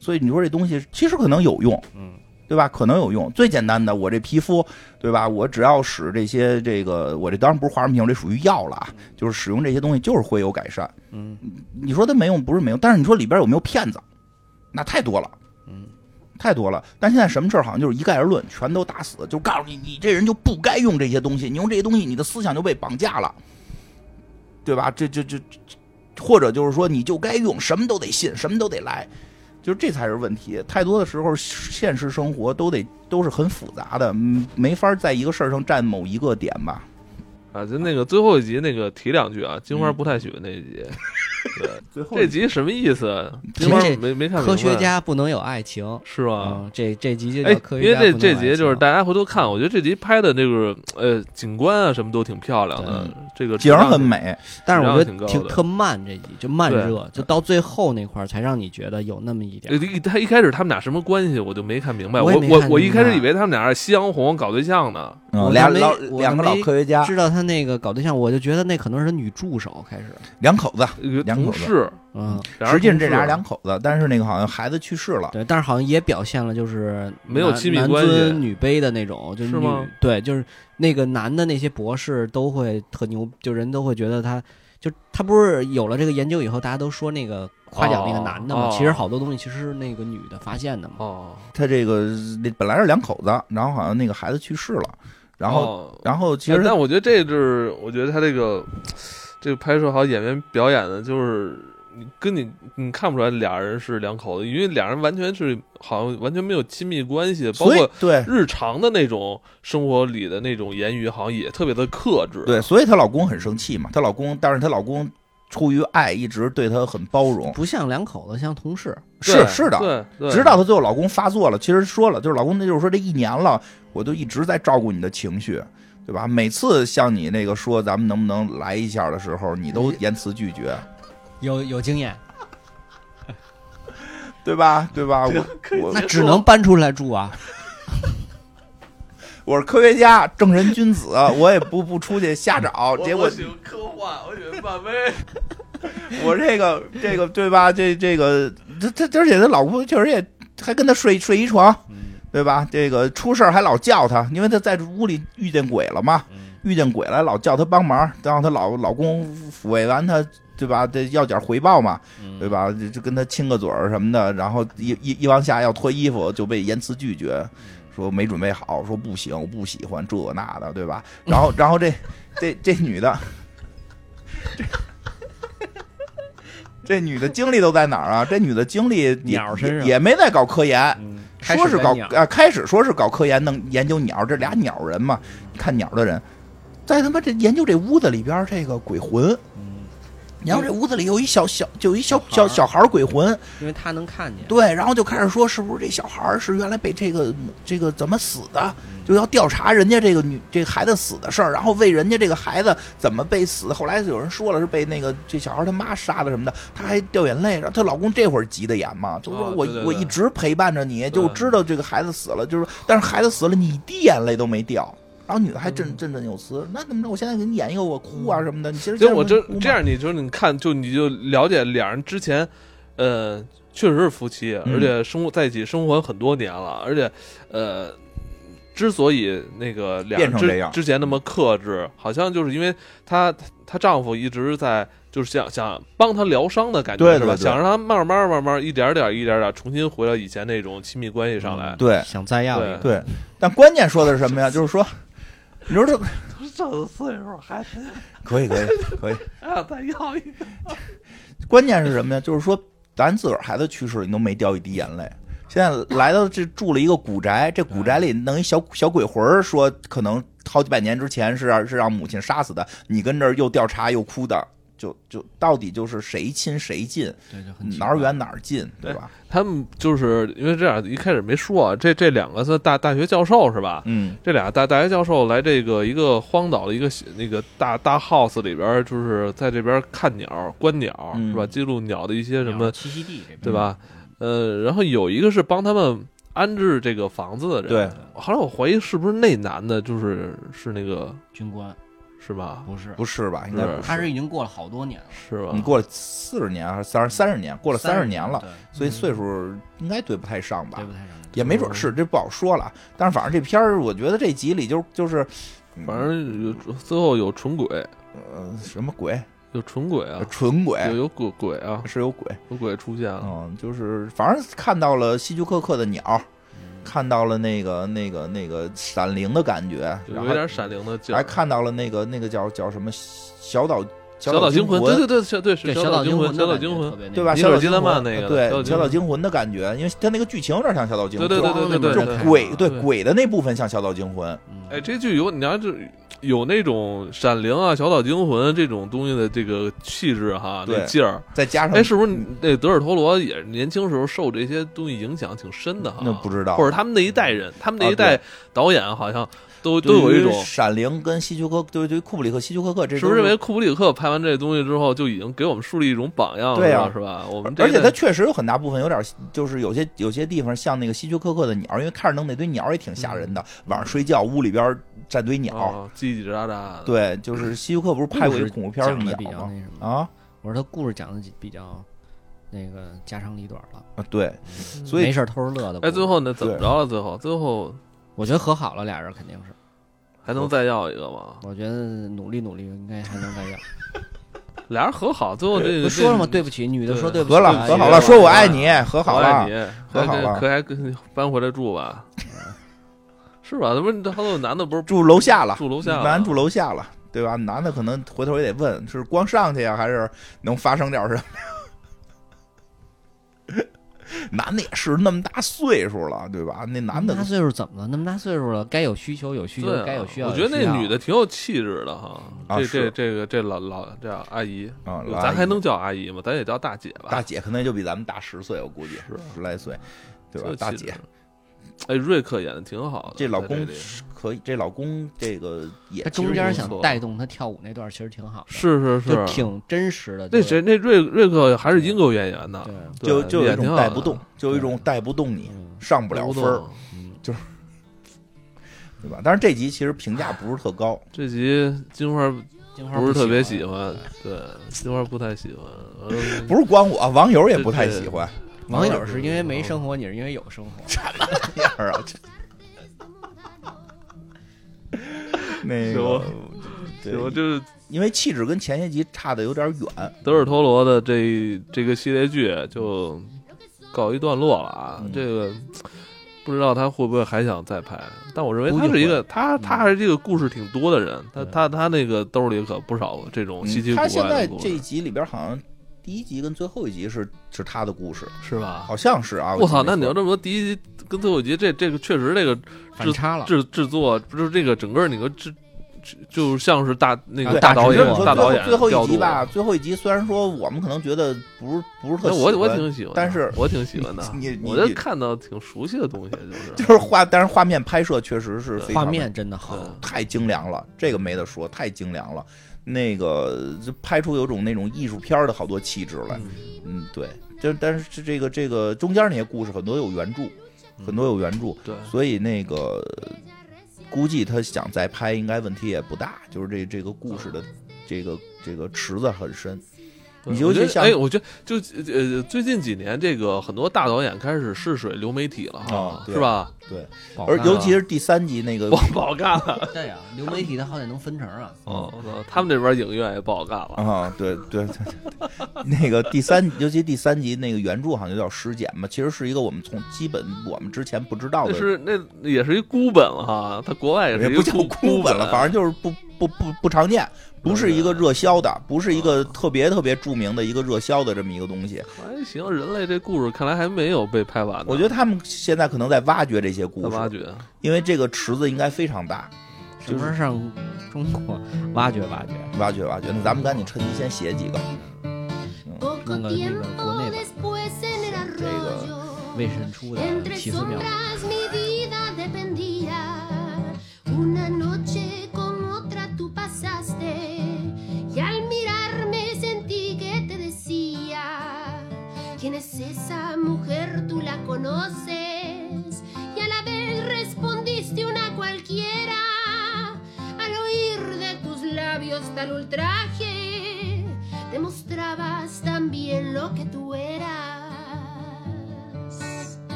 所以你说这东西其实可能有用，
嗯
对吧？可能有用。最简单的，我这皮肤，对吧？我只要使这些这个，我这当然不是化妆品，我这属于药了啊，就是使用这些东西就是会有改善。
嗯
你说它没用不是没用，但是你说里边有没有骗子，那太多了，
嗯，
太多了。但现在什么事儿好像就是一概而论，全都打死，就告诉你你这人就不该用这些东西，你用这些东西你的思想就被绑架了，对吧？这这这，这或者就是说你就该用，什么都得信，什么都得来，就是这才是问题。太多的时候，现实生活都得都是很复杂的，嗯没法在一个事儿上占某一个点吧。
啊，就那个最后一集那个提两句啊，金花
嗯
不太喜欢那一集。对，
呃最后
这集什么意思？啊
其
金
实
花
这
没没看明白
科学家不能有爱情
是吧？
嗯，这这集就
啊哎
叫科，学
因为
家
这
不能
这
有爱
集就是
情
大家回头看，我觉得这集拍的那个呃景观啊什么都挺漂亮的
对，
这个
景儿
质量
很美，
但是我
质
觉
量挺
得
高
挺
的
特慢，这集就慢
对
热，就到最后那块儿才让你觉得有那么一点
呃。一他一开始他们俩什么关系，我就没看明白。
我
我
也没
我
看
我
明
一开始
白
以为他们俩是夕阳红搞对象呢。
我
嗯，俩
还没
老
我
两个
还
老
没
科学家，
知道他那个搞对象，我就觉得那可能是女助手开始，
两口子。
呃
两
同
口子
事，
嗯，
俩人
实际上这
同事啊
俩是两口子，但是那个好像孩子去世了，
对，但是好像也表现了就是
没有
男
亲密
男
关系
尊女卑的那种，就是是女
吗
对，就是那个男的那些博士都会特牛，就人都会觉得他就他不是有了这个研究以后，大家都说那个夸奖那个男的嘛，
哦哦
其实好多东西其实是那个女的发现的嘛，
哦，
他这个那本来是两口子，然后好像那个孩子去世了，然后、
哦
然后其实
哎但我觉得这就是，我觉得他这个这个拍摄好演员表演的，就是你跟你你看不出来俩人是两口子，因为俩人完全是好像完全没有亲密关系，包
所以
括
对
日常的那种生活里的那种言语，好像也特别的克制。
对，所以她老公很生气嘛，她老公，但是她老公出于爱一直对她很包容，
不像两口子，像同事，
对，
是是的，
对，对
直到她最后老公发作了，其实说了，就是老公那就是说这一年了，我就一直在照顾你的情绪。对吧？每次向你那个说咱们能不能来一下的时候，你都言辞拒绝，
有有经验，
对吧？对吧？我我
那只能搬出来住啊，
我是科学家，正人君子，我也不不出去瞎找。结果
喜欢科幻，我喜欢漫威，
我这个这个对吧？这这个他他，而且他老婆确实也还跟他睡睡一床，
嗯
对吧？这个出事儿还老叫他，因为他在屋里遇见鬼了嘛，
嗯
遇见鬼了老叫他帮忙，让他老老公抚慰完他，对吧？这要点回报嘛，
嗯
对吧？就就跟他亲个嘴儿什么的，然后一一一往下要脱衣服就被严词拒绝，
嗯
说没准备好，说不行，我不喜欢这那的，对吧？然后然后这这这女的，这这女的精力都在哪儿啊？这女的精力也
鸟身上
也没在搞科研，
嗯，开
说
始
是
在
搞
鸟
啊，开始说是搞科研，弄研究鸟，这俩鸟人嘛，看鸟的人，在他妈这研究这屋子里边儿这个鬼魂，
嗯
然后这屋子里有一小小，就有一小
小
小
孩儿
小孩儿鬼魂，
因为他能看见，
对，然后就开始说是不是这小孩儿是原来被这个这个怎么死的，
嗯
就要调查人家这个女这孩子死的事儿，然后为人家这个孩子怎么被死，后来有人说了是被那个这小孩他妈杀的什么的，她还掉眼泪，然后她老公这会儿急的眼嘛，就说
哦
我、
对对
我
对
一直陪伴着你，就知道这个孩子死了，就是但是孩子死了，你一滴眼泪都没掉。然后女的还振
嗯
振振有词，那怎么着？我现在给你演一个我哭啊什么的，你其实
就嗯我这
哭吗
这样，你就是你看，就你就了解俩人之前，呃，确实是夫妻，
嗯
而且生活在一起生活很多年了，而且呃，之所以那个俩人
变成这
之
样
之前那么克制，好像就是因为她她丈夫一直在。就是想想帮她疗伤的感觉
对
是吧？
对对
想让她慢慢慢慢一点点一点点重新回到以前那种亲密关系上
嗯
来。
嗯对
想再要一个，
对，但关键说的是 什么呀？就是说，你说这
这个岁数还
可以可以可以。
还想再要一个，
关键是什么呀？就是说，咱自个儿孩子去世，你都没掉一滴眼泪。现在来到这住了一个古宅，这古宅里弄一小小鬼魂儿，说可能好几百年之前是是让母亲杀死的，你跟这儿又调查又哭的，就就到底就是谁亲谁近，
对，就很奇
哪
怪
儿远哪儿近，对吧？
他们就是因为这样，一开始没说啊这这两个是大大学教授是吧？
嗯，
这俩大大学教授来这个一个荒岛的一个小那个大大 house 里边儿，就是在这边儿看鸟、观鸟、
嗯啊
是吧？记录鸟的一些什
鸟
么，
栖息地这边
对？吧？
嗯
呃，然后有一个是帮他们安置这个房子的人。
对，
后来我怀疑是不是那男的，就是是那个
军官
是吧？
不是，
不是吧？应该不
他是已经过了好多年了，
是吧
嗯你？过了四十年还是三十三十年，过了三十年了，
对，
所
嗯
以岁数应该对不太上吧
对？不太上。
也没准是，这不好说了。但是反正这片儿，我觉得这集里就就是，嗯
反正有最后有纯鬼，
呃什么鬼，
有纯鬼啊，
纯鬼
有有啊鬼鬼啊，
是有鬼，
有鬼出现了。
哎嗯，就是反正看到了希区柯克的鸟，
嗯
看到了那个那个那个闪灵的感觉，
就
然
有点
后
闪灵的劲儿
还，看到了那个那个叫叫什么小岛
小
岛
岛惊魂，
魂，
对对对，小对
对
是
小
岛
惊
魂，小
的
岛
感觉
惊魂
特，别那
对
个
吧？
尼
小
尔
岛
基
惊
德曼
魂
那个
对
小
小
岛
岛
惊
惊魂的感觉，因为他那个剧情有点像小岛惊
对
魂，
对对对对
就
对
就
对。
鬼对
对
鬼的那部分像小岛惊魂，
嗯
哎，这剧有你要是有那种闪灵啊、小岛惊魂这种东西的这个气质哈，那
对
劲儿，
再加上
哎，是不是那德尔陀罗也是年轻时候受这些东西影响挺深的哈？
那不知道
或者他们那一代人，他们那一
啊对
代导演好像都都有一种
对于，闪灵跟希区柯，对对于库布里克、希区柯克，这
是
都
不是认为库布里克拍完这东西之后就已经给我们树立一种榜样
对
了，
啊
是吧？我们这
而
一
且它
代
确实有很大部分有点，就是有些有些地方像那个希区柯克的鸟，因为看着弄那堆鸟也挺吓人的。
嗯
晚上睡觉屋里边站堆鸟，
啊叽叽喳喳的，
对，就是希区柯不是拍过一个恐怖片儿
讲的比
鸟
较
吗？
那什么。
啊
我说他故事讲的比较那个家长里短了，
啊，对，
嗯
所以
没事儿偷着乐的故
哎，
事。
最后呢怎么着了？最后最后
我觉得和好了，俩人肯定是，
还能再要一个吗？
我觉得努力努力应该还能再要。
俩人和好，最后
呃
这
不
个
说了吗？
这
对不起，女的说
对
对不起，
和了
哎
和好
也
了，啊
是
说我爱你，和
我
好
爱
了
你，，
和好
哎这
了
可还跟搬回来住 吧？是吧？那不是好多男的不是
住楼下了，
住楼下了
男住楼下了。对吧？男的可能回头也得问，是光上去呀，啊还是能发生点什么 呀？男的也是那么大岁数了，对吧？那
啊那
男
么
的
大岁数怎么了？那么大岁数了，该有需求有需求
对，啊
该有需要。
我觉得
有需
那
要
女的，挺有气质的哈。
啊
这这
是
这个这老老这阿姨，
啊，老阿
咱
姨
还能叫阿姨吗？咱也叫大姐吧
大。姐可能就比咱们大十岁，我估计
是
十来岁，对吧
挺有？
大
气质
姐
的，哎，瑞克演的挺好的。
这老
在
公
里
是可以，这老公这个也
她
其实
中间
不
想
错
带动她跳舞那段其实挺好的，
是是，
就是挺真实的。
那
就是
谁那瑞瑞克还是英国演员呢
对，，
对
就就有
也
一
挺
种
好
带
的
不动，就有一种带不动你
嗯
上不了分儿，
动
嗯
就是对吧？当然这集其实评价不是特高，
这集金花
金花
不是特别
喜
喜欢，对，金花不太喜 欢，呃
不是光我，网友也不太喜欢。
网
嗯
友是因为没生活，你是因为有生活。
这 样啊，这那
行
个
吧，
对
行，就是
因为气质跟前些集差的有点远，
德尔托罗的这这个系列剧就告一段落了啊。
嗯
这个不知道他会不会还想再拍，但我认为
估计
他是一个他
嗯
他还是这个故事挺多的人，他
对
他他那个兜里可不少这种稀奇
嗯
古
他现
怪
在
的故
这
事，
一集里边好像第一集跟最后一集是是他的故事，
是吧？
好像是啊。
我
记得
操！
没
那你要
错
这么说，第一集跟最后一集，这这个确实这个
反差
啊
了，
制制作不是这个整个那个制。制就像是大那
啊
个大导
只
演
是你说，
大
最后
导演
最后一集
调
吧，
度，
最后一集虽然说我们可能觉得不是不是特
那
喜
我
欢，
我挺喜欢的，
但是
我挺喜欢的，
你你
我就看到挺熟悉的东西，就
就是是画，但是画面拍摄确实是非常
画面真的好。
嗯
太精良了，这个没得说，太精良了。那个就拍出有种那种艺术片儿的好多气质来，嗯，对。就但是这个这个中间那些故事很多有原著，
嗯
很多有原著，
对，
所以那个估计他想再拍应该问题也不大，就是这这个故事的这个这个池子很深，
对
你尤
我
其
觉得
像
哎，我觉得就呃最近几年这个很多大导演开始试水流媒体了
啊
哈，
对
是吧？
对，
不好
而
看
尤
啊
其是第三集那个
不不好干了，
对呀，流媒体它好歹能分成啊。
嗯
哦，我操他们这边影院也不好干了，
啊，对对对， 那个第三，尤其第三集那个原著好像就叫尸检嘛，其实是一个我们从基本我们之前不知道
那
的，
是那也是一孤本了哈，他国外也
嗯也
是一
不
个
叫
孤
本了，反正就是不不不不常见，不是一个热销的，不是一个特别特别著名的一个热销的这么一个东西。
还哎行，人类这故事看来还没有被拍完呢，
我觉得他们现在可能在挖掘这些故
在挖
事，
掘，
因为这个池子应该非常大，
什么时候上中国挖掘挖掘？
挖掘挖掘。那咱们赶紧趁机先写几个，
Nunca-
Poco
nunca-
tiempo
nunca-
después en el arroyo,
未深出的
entre
奇思妙想。
sombras mi vida dependía. Una noche